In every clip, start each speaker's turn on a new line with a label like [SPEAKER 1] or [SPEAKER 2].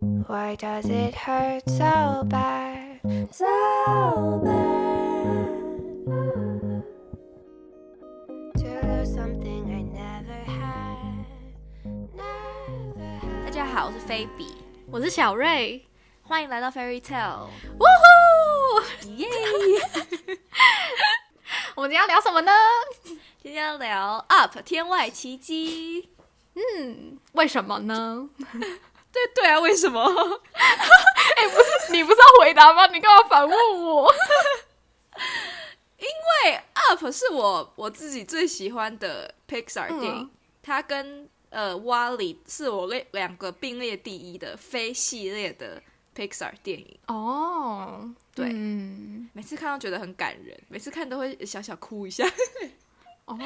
[SPEAKER 1] Why does it hurt so bad?
[SPEAKER 2] So bad.
[SPEAKER 1] To lose something I never had. Never
[SPEAKER 2] 大
[SPEAKER 1] had.
[SPEAKER 2] 家好，我是菲比，
[SPEAKER 3] 我是小瑞，
[SPEAKER 2] 欢迎来到 Fairy Tale。
[SPEAKER 3] 呜呼！
[SPEAKER 2] 耶！
[SPEAKER 3] 我们今天要聊什么呢？
[SPEAKER 2] 今天要聊 Up 天外奇迹。
[SPEAKER 3] 为什么呢？
[SPEAKER 2] 对对啊，为什么？
[SPEAKER 3] 你不是要回答吗？你干嘛反问我？
[SPEAKER 2] 因为 Up 是我我自己最喜欢的 Pixar
[SPEAKER 3] 嗯
[SPEAKER 2] 电影，它跟呃 Wall-E 是我两两个并列第一的非系列的 Pixar 电影。
[SPEAKER 3] 哦、
[SPEAKER 2] 对
[SPEAKER 3] 嗯，
[SPEAKER 2] 每次看都觉得很感人，每次看都会小小哭一下。
[SPEAKER 3] 哦、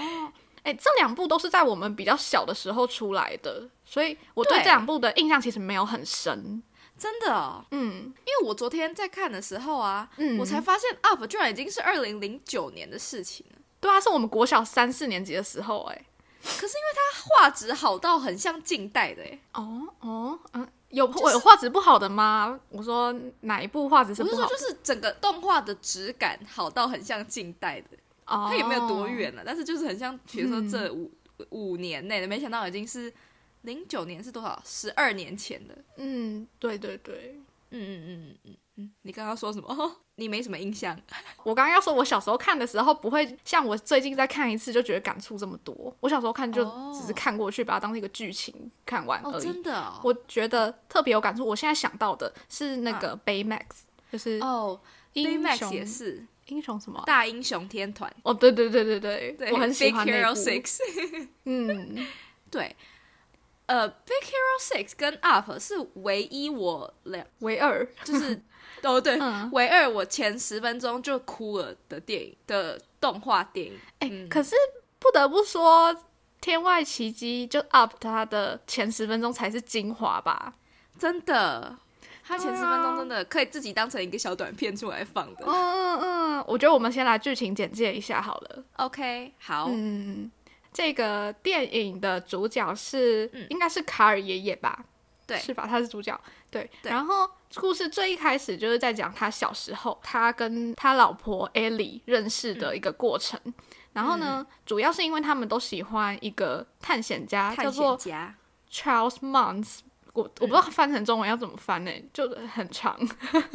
[SPEAKER 3] 哎、这两部都是在我们比较小的时候出来的，所以我对
[SPEAKER 2] 对
[SPEAKER 3] 这两部的印象其实没有很深。
[SPEAKER 2] 真的哦，
[SPEAKER 3] 嗯
[SPEAKER 2] 因为我昨天在看的时候啊，
[SPEAKER 3] 嗯，
[SPEAKER 2] 我才发现 Up 居然已经是二零零九年的事情了。
[SPEAKER 3] 对啊，是我们国小三四年级的时候、哎，
[SPEAKER 2] 可是因为它画质好到很像近代的诶，欸
[SPEAKER 3] 哦哦，嗯，有、我有画质不好的吗？我说哪一部画质是
[SPEAKER 2] 我是
[SPEAKER 3] 不
[SPEAKER 2] 说
[SPEAKER 3] 好
[SPEAKER 2] 就
[SPEAKER 3] 的？
[SPEAKER 2] 是整个动画的质感好到很像近代的，
[SPEAKER 3] 哦嗯
[SPEAKER 2] 它也没有多远了、但是就是很像，比如说这五、五年内的，没想到已经是零九年是多少？十二年前的。
[SPEAKER 3] 嗯，对对对，
[SPEAKER 2] 嗯嗯嗯嗯嗯，你刚刚说什么？ 你没什么印象？
[SPEAKER 3] 我刚刚要说，我小时候看的时候不会像我最近再看一次就觉得感触这么多。我小时候看就
[SPEAKER 2] 哦
[SPEAKER 3] 只是看过去，把它当成一个剧情看完而已。
[SPEAKER 2] 的哦
[SPEAKER 3] 我觉得特别有感触。我现在想到的是那个 Baymax，、就是
[SPEAKER 2] 嗯哦
[SPEAKER 3] 英雄
[SPEAKER 2] ，Baymax 也是
[SPEAKER 3] 英雄什么啊、
[SPEAKER 2] 大英雄天团，
[SPEAKER 3] 哦，对对对对对，
[SPEAKER 2] 对，
[SPEAKER 3] 我很喜欢
[SPEAKER 2] Big
[SPEAKER 3] 那
[SPEAKER 2] Hero
[SPEAKER 3] 部。
[SPEAKER 2] Six，
[SPEAKER 3] 嗯，
[SPEAKER 2] 对，呃，Big Hero Six 跟 Up 是唯一我两
[SPEAKER 3] 唯 二，
[SPEAKER 2] 就是哦对，
[SPEAKER 3] 嗯，
[SPEAKER 2] 唯二我前十分钟就哭了的电影的动画电影，
[SPEAKER 3] 哎、
[SPEAKER 2] 嗯
[SPEAKER 3] 可是不得不说，《天外奇迹》就 Up 它的前十分钟才是精华吧。
[SPEAKER 2] 真的。它前
[SPEAKER 3] 对啊
[SPEAKER 2] 十分钟真的可以自己当成一个小短片出来放的。
[SPEAKER 3] 嗯嗯嗯，我觉得我们先来剧情简介一下好了。
[SPEAKER 2] OK，好，
[SPEAKER 3] 嗯，这个电影的主角是、
[SPEAKER 2] 嗯
[SPEAKER 3] 应该是卡尔爷爷吧？
[SPEAKER 2] 对
[SPEAKER 3] 是吧？他是主角。对，
[SPEAKER 2] 对
[SPEAKER 3] 然后故事最一开始就是在讲他小时候，他跟他老婆艾莉认识
[SPEAKER 2] 嗯
[SPEAKER 3] 的一个过程。然后呢，主要是因为他们都喜欢一个探险家，叫
[SPEAKER 2] 探
[SPEAKER 3] 做
[SPEAKER 2] 险家，
[SPEAKER 3] Charles Mons，我我不知道翻成中文要怎么翻呢、就很长。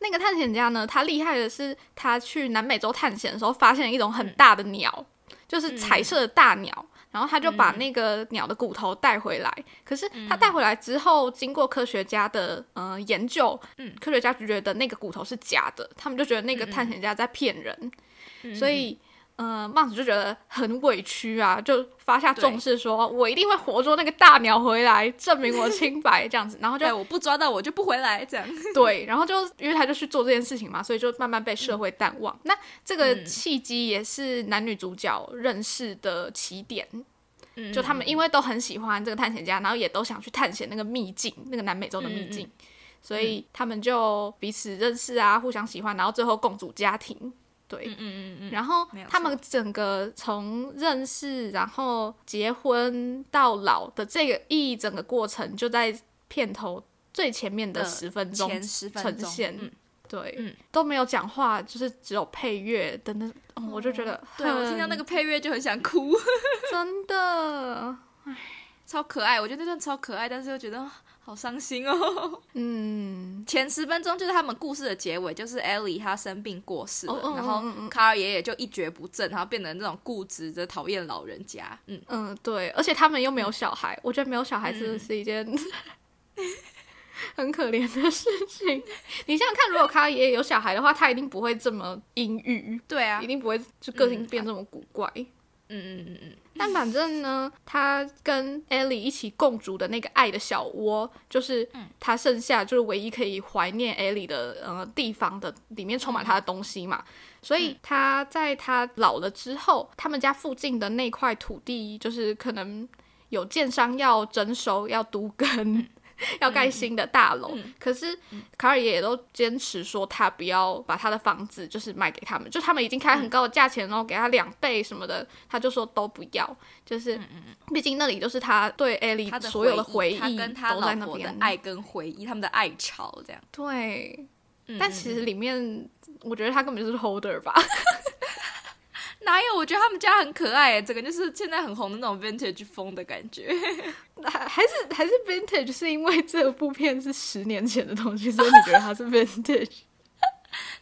[SPEAKER 3] 那个探险家呢，他厉害的是，他去南美洲探险的时候，发现了一种很大的鸟，就是彩色的大鸟。然后他就把那个鸟的骨头带回来，可是他带回来之后，经过科学家的呃研究，
[SPEAKER 2] 嗯
[SPEAKER 3] 科学家就觉得那个骨头是假的，他们就觉得那个探险家在骗人，所以呃，帽子就觉得很委屈啊，就发下重誓说，我一定会活捉那个大鸟回来，证明我清白这样子。然后就
[SPEAKER 2] 对，哎我不抓到我就不回来，这样。
[SPEAKER 3] 对，然后就因为他就去做这件事情嘛，所以就慢慢被社会淡忘。那这个契机也是男女主角认识的起点，
[SPEAKER 2] 嗯
[SPEAKER 3] 就他们因为都很喜欢这个探险家，然后也都想去探险那个秘境，那个南美洲的秘境。所以他们就彼此认识啊，互相喜欢，然后最后共组家庭。对，
[SPEAKER 2] 嗯嗯嗯嗯，
[SPEAKER 3] 然后
[SPEAKER 2] 没有
[SPEAKER 3] 他们整个从认识，然后结婚到老的这个意义，整个过程就在片头最前面的
[SPEAKER 2] 呃
[SPEAKER 3] 十分钟
[SPEAKER 2] 前十分
[SPEAKER 3] 呈
[SPEAKER 2] 钟
[SPEAKER 3] 现，
[SPEAKER 2] 嗯
[SPEAKER 3] 对，
[SPEAKER 2] 嗯
[SPEAKER 3] 都没有讲话，就是只有配乐等等，哦我就觉得
[SPEAKER 2] 对我听到那
[SPEAKER 3] 很
[SPEAKER 2] 个配乐就很想哭。
[SPEAKER 3] 真的，
[SPEAKER 2] 超可爱，我觉得那段超可爱，但是又觉得 啊好伤心哦。
[SPEAKER 3] 嗯，
[SPEAKER 2] 前十分钟就是他们故事的结尾，就是 Ellie 她生病过世了，
[SPEAKER 3] 哦嗯
[SPEAKER 2] 然
[SPEAKER 3] 嗯嗯
[SPEAKER 2] 后卡尔爷爷就一蹶不振，然后变成那种固执的讨厌老人家。嗯，
[SPEAKER 3] 嗯，对，而且他们又没有小孩，我觉得没有小孩真的是一件、 很可怜的事情。你想想看，如果卡尔爷爷有小孩的话，他一定不会这么阴郁，
[SPEAKER 2] 对啊，
[SPEAKER 3] 一
[SPEAKER 2] 嗯
[SPEAKER 3] 定不会就个性变这么古怪。
[SPEAKER 2] 嗯嗯嗯，
[SPEAKER 3] 但反正呢，他跟 Ellie 一起共筑的那个爱的小窝，就是他剩下就是唯一可以怀念 Ellie 的呃地方的，里面充满他的东西嘛。所
[SPEAKER 2] 嗯
[SPEAKER 3] 以他在他老了之后，他们家附近的那块土地，就是可能有建商要征收，要都根， 要盖新的大楼。
[SPEAKER 2] 嗯
[SPEAKER 3] 可是卡尔爷也都坚持说他不要把他的房子就是卖给他们，就他们已经
[SPEAKER 2] 嗯
[SPEAKER 3] 开很高的价钱哦喽，给他两倍什么的，他就说都不要。就是，毕竟那里就是他对艾莉
[SPEAKER 2] 嗯他的
[SPEAKER 3] 所有的
[SPEAKER 2] 回
[SPEAKER 3] 忆
[SPEAKER 2] 他跟他
[SPEAKER 3] 都
[SPEAKER 2] 老
[SPEAKER 3] 在那
[SPEAKER 2] 婆的
[SPEAKER 3] 边。
[SPEAKER 2] 爱跟回忆，他们的爱潮这样。
[SPEAKER 3] 对，
[SPEAKER 2] 嗯
[SPEAKER 3] 但
[SPEAKER 2] 嗯
[SPEAKER 3] 其实里面我觉得他根本就是 holder 吧。
[SPEAKER 2] 哪有？我觉得他们家很可爱，整个就是现在很红的那种 vintage 风的感觉。
[SPEAKER 3] 还还是还是 vintage，是因为这部片是十年前的东西，所以你觉得它是 vintage？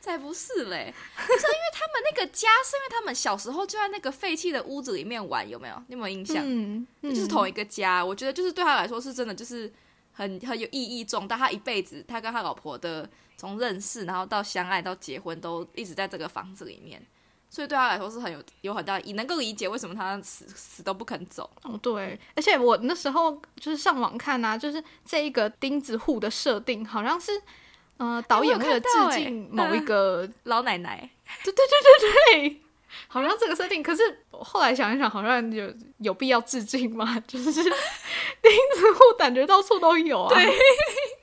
[SPEAKER 2] 才不是嘞！ 不是因为他们那个家，是因为他们小时候就在那个废弃的屋子里面玩，有没有？你有没有印象？
[SPEAKER 3] 嗯，嗯
[SPEAKER 2] 就是同一个家，我觉得就是对他来说是真的，就是很很有意义重大。他一辈子，他跟他老婆的从认识，然后到相爱到结婚，都一直在这个房子里面，所以对他来说是很有有很大，也能够理解为什么他死死都不肯走。
[SPEAKER 3] 哦，对，而且我那时候就是上网看啊，就是这一个钉子户的设定好像是。呃，导演为了致
[SPEAKER 2] 看到
[SPEAKER 3] 敬
[SPEAKER 2] 欸
[SPEAKER 3] 某一个，
[SPEAKER 2] 老奶奶，
[SPEAKER 3] 对对对对对，好像这个设定，可是我后来想一想，好像有有必要致敬吗？ 就是钉子户感觉到处都有啊，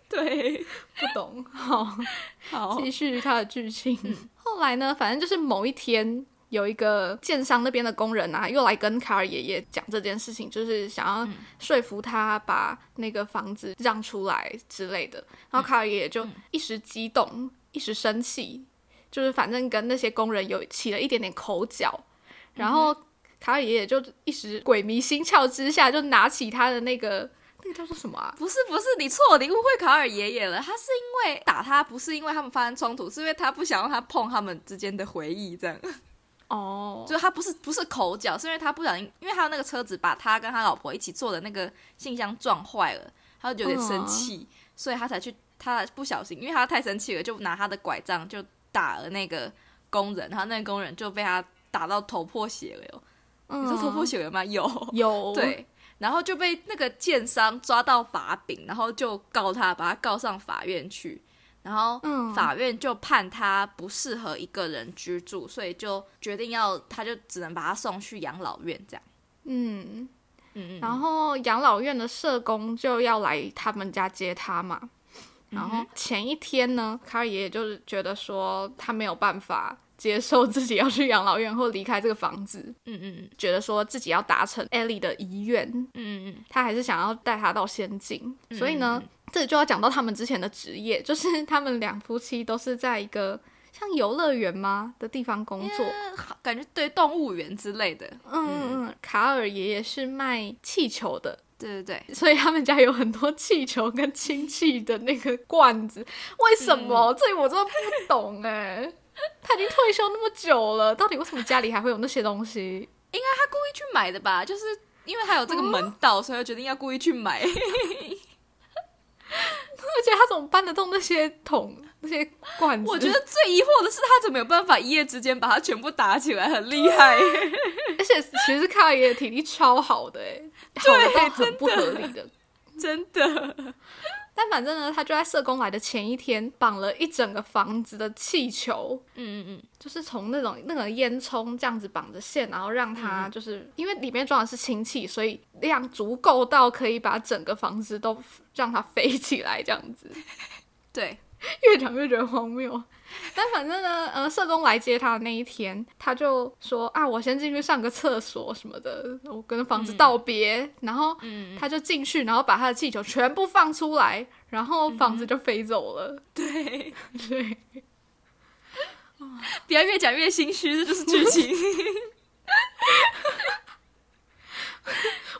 [SPEAKER 2] 对对，
[SPEAKER 3] 不懂。好，
[SPEAKER 2] 好，
[SPEAKER 3] 继续它的剧情。
[SPEAKER 2] 嗯
[SPEAKER 3] 后来呢，反正就是某一天，有一个建商那边的工人啊，又来跟卡尔爷爷讲这件事情，就是想要
[SPEAKER 2] 嗯
[SPEAKER 3] 说服他把那个房子让出来之类
[SPEAKER 2] 嗯
[SPEAKER 3] 的。然后卡尔爷爷就一时激动，一时生气，就是反正跟那些工人有起了一点点口角，
[SPEAKER 2] 嗯
[SPEAKER 3] 然后。卡尔爷爷就一时鬼迷心窍之下，就拿起他的那个那个叫做什么啊？
[SPEAKER 2] 不是不是，你错，你误会卡尔爷爷了。他是因为打他，不是因为他们发生冲突，是因为他不想让他碰他们之间的回忆，这样。
[SPEAKER 3] 哦，
[SPEAKER 2] 就是他不是不是口角，是因为他不小心，因为他那个车子把他跟他老婆一起坐的那个信箱撞坏了，他就有点生气，
[SPEAKER 3] 嗯
[SPEAKER 2] 所以他才去，他不小心，因为他太生气了，就拿他的拐杖就打了那个工人，然后那个工人就被他打到头破血流。
[SPEAKER 3] 你
[SPEAKER 2] 你说头破血流吗？有，
[SPEAKER 3] 嗯有
[SPEAKER 2] 对，然后就被那个奸商抓到把柄，然后就告他，把他告上法院去，然后
[SPEAKER 3] 嗯
[SPEAKER 2] 法院就判他不适合一个人居住，所以就决定要，他就只能把他送去养老院这样。
[SPEAKER 3] 嗯，
[SPEAKER 2] 嗯嗯，
[SPEAKER 3] 然后养老院的社工就要来他们家接他嘛。然后前一天呢，卡尔爷爷就是觉得说他没有办法接受自己要去养老院或离开这个房子，
[SPEAKER 2] 嗯嗯
[SPEAKER 3] 觉得说自己要达成艾莉的遗愿，
[SPEAKER 2] 嗯嗯嗯，
[SPEAKER 3] 他还是想要带她到仙境。所以呢，这里就要讲到他们之前的职业，就是他们两夫妻都是在一个像游乐园吗的地方工作。
[SPEAKER 2] 嗯好，感觉对动物园之类的，
[SPEAKER 3] 嗯嗯嗯，卡尔爷爷是卖气球的，
[SPEAKER 2] 对对对，
[SPEAKER 3] 所以他们家有很多气球跟氢气的那个罐子，为什
[SPEAKER 2] 嗯
[SPEAKER 3] 么？这我真的不懂哎、他已经退休那么久了，到底为什么家里还会有那些东西？
[SPEAKER 2] 他故意去买的吧，就是。因为他有这个门道，所以他决定要故意去 买。
[SPEAKER 3] 而且他怎么搬得动那些桶、那些罐子？
[SPEAKER 2] 我觉得，最疑惑的是，他怎么有办法一夜之间把它全部打起来，很厉 害耶。
[SPEAKER 3] 而且其实卡尔爷爷体力超好的哎、好得到很不合理的。
[SPEAKER 2] 真的，
[SPEAKER 3] 但反正呢，他就在社工来的前一天绑了一整个房子的气球，
[SPEAKER 2] 嗯嗯嗯，
[SPEAKER 3] 就是从那种那个烟囱这样子绑着线，然后让它就是、因为里面装的是氢气，所以量足够到可以把整个房子都让它飞起来这样子。
[SPEAKER 2] 对，
[SPEAKER 3] 越讲越觉得荒谬。但反正呢，呃，社工来接他的那一天，他就说啊，我先进去上个厕所什么的，我跟房子道别。然后
[SPEAKER 2] 嗯
[SPEAKER 3] 他就进去，然后把他的气球全部放出来，然后房子就飞走了。
[SPEAKER 2] 对，
[SPEAKER 3] 对。
[SPEAKER 2] 不要越讲越心虚，这就是剧 情。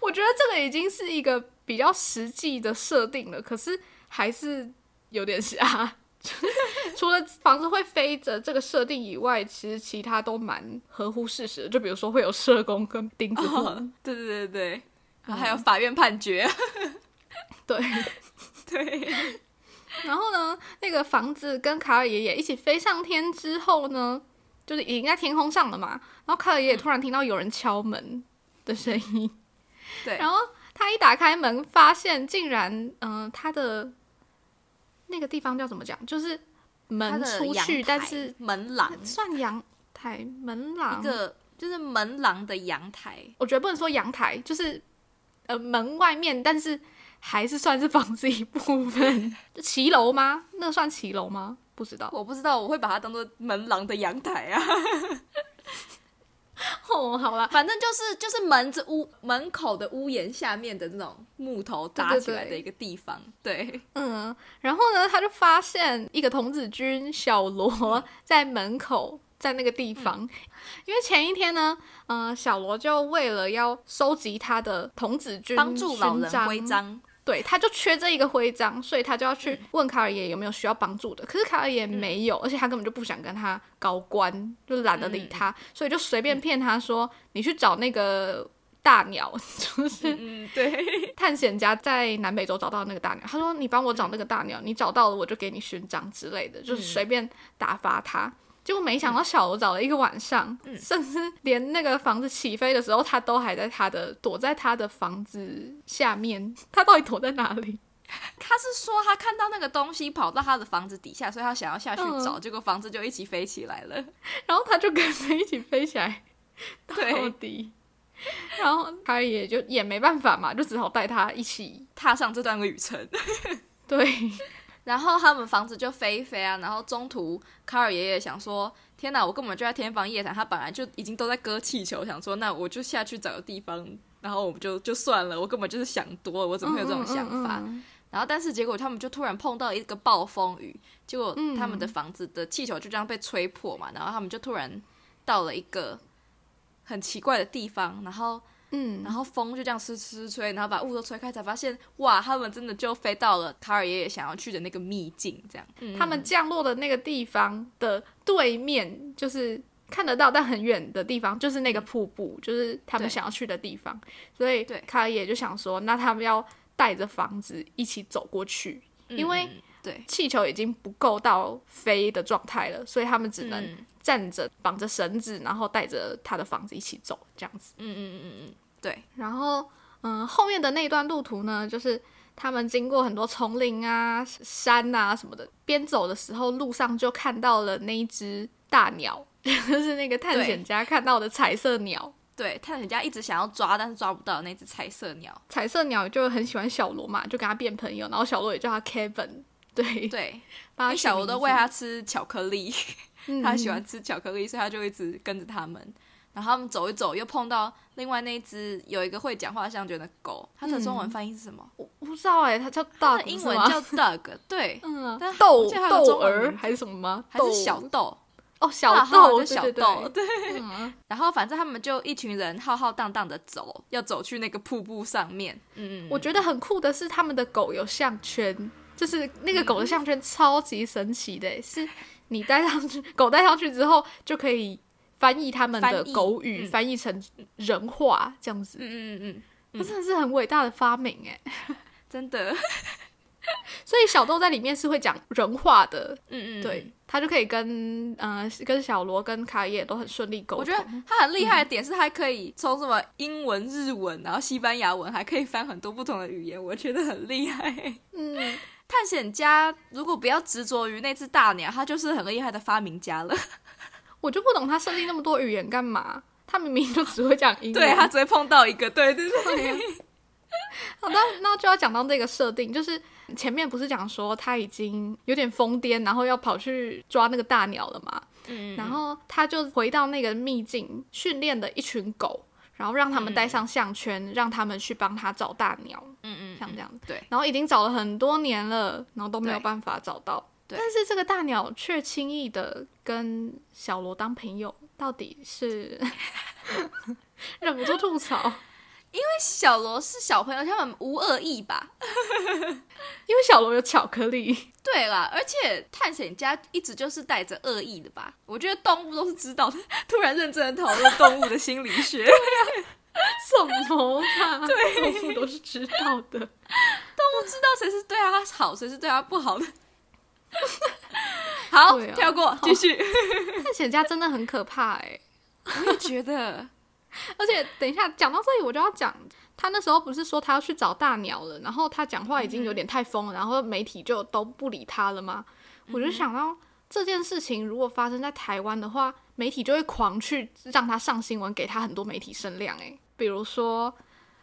[SPEAKER 3] 我觉得这个已经是一个比较实际的设定了，可是还是有点瞎。 就是除了房子会飞着这个设定以外，其实其他都蛮合乎事实的。就比如说会有社工跟钉子户，
[SPEAKER 2] 哦对对对对，然后还有法院判决，
[SPEAKER 3] 对。
[SPEAKER 2] 对，
[SPEAKER 3] 然后呢，那个房子跟卡尔爷爷一起飞上天之后呢，就是已经在天空上了嘛。然后卡尔爷爷突然听到有人敲门的声音，
[SPEAKER 2] 对
[SPEAKER 3] 然后他一打开门，发现竟然，嗯、他的那个地方叫怎么讲？就是
[SPEAKER 2] 他
[SPEAKER 3] 门
[SPEAKER 2] 的
[SPEAKER 3] 出
[SPEAKER 2] 阳台
[SPEAKER 3] 去，但是
[SPEAKER 2] 门廊
[SPEAKER 3] 算阳台门廊
[SPEAKER 2] 一，个就是门廊的阳台，
[SPEAKER 3] 我觉得不能说阳台，就是呃门外面，但是还是算是房子一部 分。骑楼吗？那个算骑楼吗？不知道。
[SPEAKER 2] 我不知道，我会把它当做门廊的阳台啊。
[SPEAKER 3] 哦，好啦，
[SPEAKER 2] 反正就是就是门子屋门口的屋檐下面的那种木头搭起来的一个地方，对
[SPEAKER 3] 嗯，然后呢，他就发现一个童子军小
[SPEAKER 2] 嗯
[SPEAKER 3] 罗 在门口，在那个地方，因为前一天呢，呃，小罗就为了要收集他的童子军
[SPEAKER 2] 帮助老
[SPEAKER 3] 勋章
[SPEAKER 2] 人徽章，嗯
[SPEAKER 3] 对，他就缺这一个徽章，所以他就要去问卡尔爷有没有需要帮助的。可是卡尔爷没有，而且他根本就不想跟他高官，就懒得
[SPEAKER 2] 嗯
[SPEAKER 3] 理他，所以就随便骗他说：“你去找那个大鸟， 就是
[SPEAKER 2] 嗯，对，
[SPEAKER 3] 探险家在南美洲找到那个大鸟，他说：“你帮我找那个大鸟，你找到了我就给你勋章之类的，
[SPEAKER 2] 嗯
[SPEAKER 3] 就是随便打发他。”结果没想到小罗找了一个晚上，
[SPEAKER 2] 嗯
[SPEAKER 3] 甚至连那个房子起飞的时候，他都还在他的躲在他的房子下面。他到底躲在哪里？
[SPEAKER 2] 他是说他看到那个东西跑到他的房子底下，所以他想要下去
[SPEAKER 3] 嗯
[SPEAKER 2] 找，结果房子就一起飞起来了，
[SPEAKER 3] 然后他就跟着一起飞起来，到
[SPEAKER 2] 对，
[SPEAKER 3] 底。然后他也就也没办法嘛，就只好带他一起。
[SPEAKER 2] 踏上这段旅程。
[SPEAKER 3] 对，
[SPEAKER 2] 然后他们房子就飞一飞啊，然后中途卡尔爷爷想说：“天哪，我根本就在天方夜谭。”他本来就已经都在割气球，想说：“那我就下去找个地方，然后我们就就算了。”我根本就是想多了，我怎么会有这种想法？
[SPEAKER 3] 嗯嗯嗯嗯
[SPEAKER 2] 然后，但是结果他们就突然碰到一个暴风雨，结果
[SPEAKER 3] 嗯
[SPEAKER 2] 他们的房子的气球就这样被吹破嘛，然后他们就突然到了一个很奇怪的地方，然后
[SPEAKER 3] 嗯，
[SPEAKER 2] 然后风就这样吹吹吹，然后把雾都吹开，才发现哇，他们真的就飞到了卡尔爷爷想要去的那个秘境，这样。嗯
[SPEAKER 3] 他们降落的那个地方的对面，就是看得到但很远的地方，就是那个瀑布，就是他们
[SPEAKER 2] 对
[SPEAKER 3] 想要去的地方。所以
[SPEAKER 2] 对
[SPEAKER 3] 卡也就想说，那他们要带着房子一起走过去，因为
[SPEAKER 2] 嗯对，
[SPEAKER 3] 气球已经不够到飞的状态了，所以他们只能
[SPEAKER 2] 嗯
[SPEAKER 3] 站着绑着绳子，然后带着他的房子一起走，这样子。
[SPEAKER 2] 嗯嗯嗯嗯，对，
[SPEAKER 3] 然后，嗯，后面的那一段路途呢，就是他们经过很多丛林啊、山啊什么的，边走的时候，路上就看到了那一只大鸟， 就是那个探险家看到的彩色鸟。
[SPEAKER 2] 对，探险家一直想要抓，但是抓不到那只彩色鸟。
[SPEAKER 3] 彩色鸟就很喜欢小罗嘛，就跟他变朋友，然后小罗也叫他 Kevin，对，
[SPEAKER 2] 对，因
[SPEAKER 3] 帮他
[SPEAKER 2] 为
[SPEAKER 3] 取
[SPEAKER 2] 小罗都
[SPEAKER 3] 名
[SPEAKER 2] 喂
[SPEAKER 3] 字，
[SPEAKER 2] 它吃巧克力，
[SPEAKER 3] 嗯
[SPEAKER 2] 它喜欢吃巧克力，所以它就一直跟着他们。然后他们走一走，又碰到另外那一只有一个会讲话象卷的狗，它的中文翻译是什么？
[SPEAKER 3] 我我不知道哎、他叫
[SPEAKER 2] 它
[SPEAKER 3] 大
[SPEAKER 2] 的英文叫 Doug，对，
[SPEAKER 3] 嗯
[SPEAKER 2] 但我
[SPEAKER 3] 豆
[SPEAKER 2] 记得它有
[SPEAKER 3] 豆
[SPEAKER 2] 中文
[SPEAKER 3] 儿
[SPEAKER 2] 名字
[SPEAKER 3] 还是什么吗？
[SPEAKER 2] 还是
[SPEAKER 3] 豆
[SPEAKER 2] 小豆，
[SPEAKER 3] 哦
[SPEAKER 2] 它
[SPEAKER 3] 小
[SPEAKER 2] 的号
[SPEAKER 3] 豆
[SPEAKER 2] 就小
[SPEAKER 3] 对
[SPEAKER 2] 豆，
[SPEAKER 3] 对对，嗯
[SPEAKER 2] 然后反正他们就一群人浩浩荡荡的走，要走去那个瀑布上面。嗯，
[SPEAKER 3] 我觉得很酷的是，他们的狗有项圈，就是那个
[SPEAKER 2] 嗯
[SPEAKER 3] 狗的项圈超级神奇的，欸是你戴上去，狗戴上去之后就可以翻译他们的
[SPEAKER 2] 翻译
[SPEAKER 3] 狗语，
[SPEAKER 2] 嗯
[SPEAKER 3] 翻译成人话这样子。
[SPEAKER 2] 嗯嗯嗯，
[SPEAKER 3] 这真的是很伟大的发明哎！
[SPEAKER 2] 真的，
[SPEAKER 3] 所以小豆在里面是会讲人话的，
[SPEAKER 2] 嗯 嗯，
[SPEAKER 3] 对，他就可以跟呃跟小罗跟卡耶都很顺利
[SPEAKER 2] 我
[SPEAKER 3] 沟通。
[SPEAKER 2] 嗯觉得他很厉害的点是，他可以从什么英文、日文，然后西班牙文，还可以翻很多不同的语言，我觉得很厉害。
[SPEAKER 3] 嗯，
[SPEAKER 2] 探险家如果不要执着于那只大鸟，他就是很厉害的发明家了。
[SPEAKER 3] 我就不懂他设定那么多语言干嘛？ 他明明就只会讲英 文，啊
[SPEAKER 2] 对他只会碰到一个，对对对，
[SPEAKER 3] 好，那那就要讲到这个设定，就是前面不是讲说他已经有点疯癫，然后要跑去抓那个大鸟了嘛？
[SPEAKER 2] 嗯
[SPEAKER 3] 然后他就回到那个秘境，训练了一群狗，然后让他们戴上项圈，让他们去帮他找大鸟，
[SPEAKER 2] 嗯
[SPEAKER 3] 像这样子。
[SPEAKER 2] 对
[SPEAKER 3] 然后已经找了很多年了，然后都没有
[SPEAKER 2] 对
[SPEAKER 3] 办法找到。
[SPEAKER 2] 对
[SPEAKER 3] 但是这个大鸟却轻易的跟小罗当朋友，到底 是忍不住吐槽。
[SPEAKER 2] 小罗是小朋友，他们无恶意吧？
[SPEAKER 3] 因为小罗有巧克力，
[SPEAKER 2] 对啦，而且探险家一直就是带着恶意的吧？我觉得动物都是知道的。突然认真的讨论动物的心理学，
[SPEAKER 3] 什么啦？ 对，父母都是知道 的。
[SPEAKER 2] 知道谁是对他好，谁是对他不好的。好，
[SPEAKER 3] 对啊
[SPEAKER 2] 跳过，继续。
[SPEAKER 3] 探险家真的很可怕哎、
[SPEAKER 2] 我也觉得，
[SPEAKER 3] 而且等一下讲到这里，我就要讲，他那时候不是说他要去找大鸟了，然后他讲话已经有点太疯了，然后媒体就都不理他了吗？我就想到这件事情如果发生在台湾的话，媒体就会狂去让他上新闻，给他很多媒体声量哎、比如说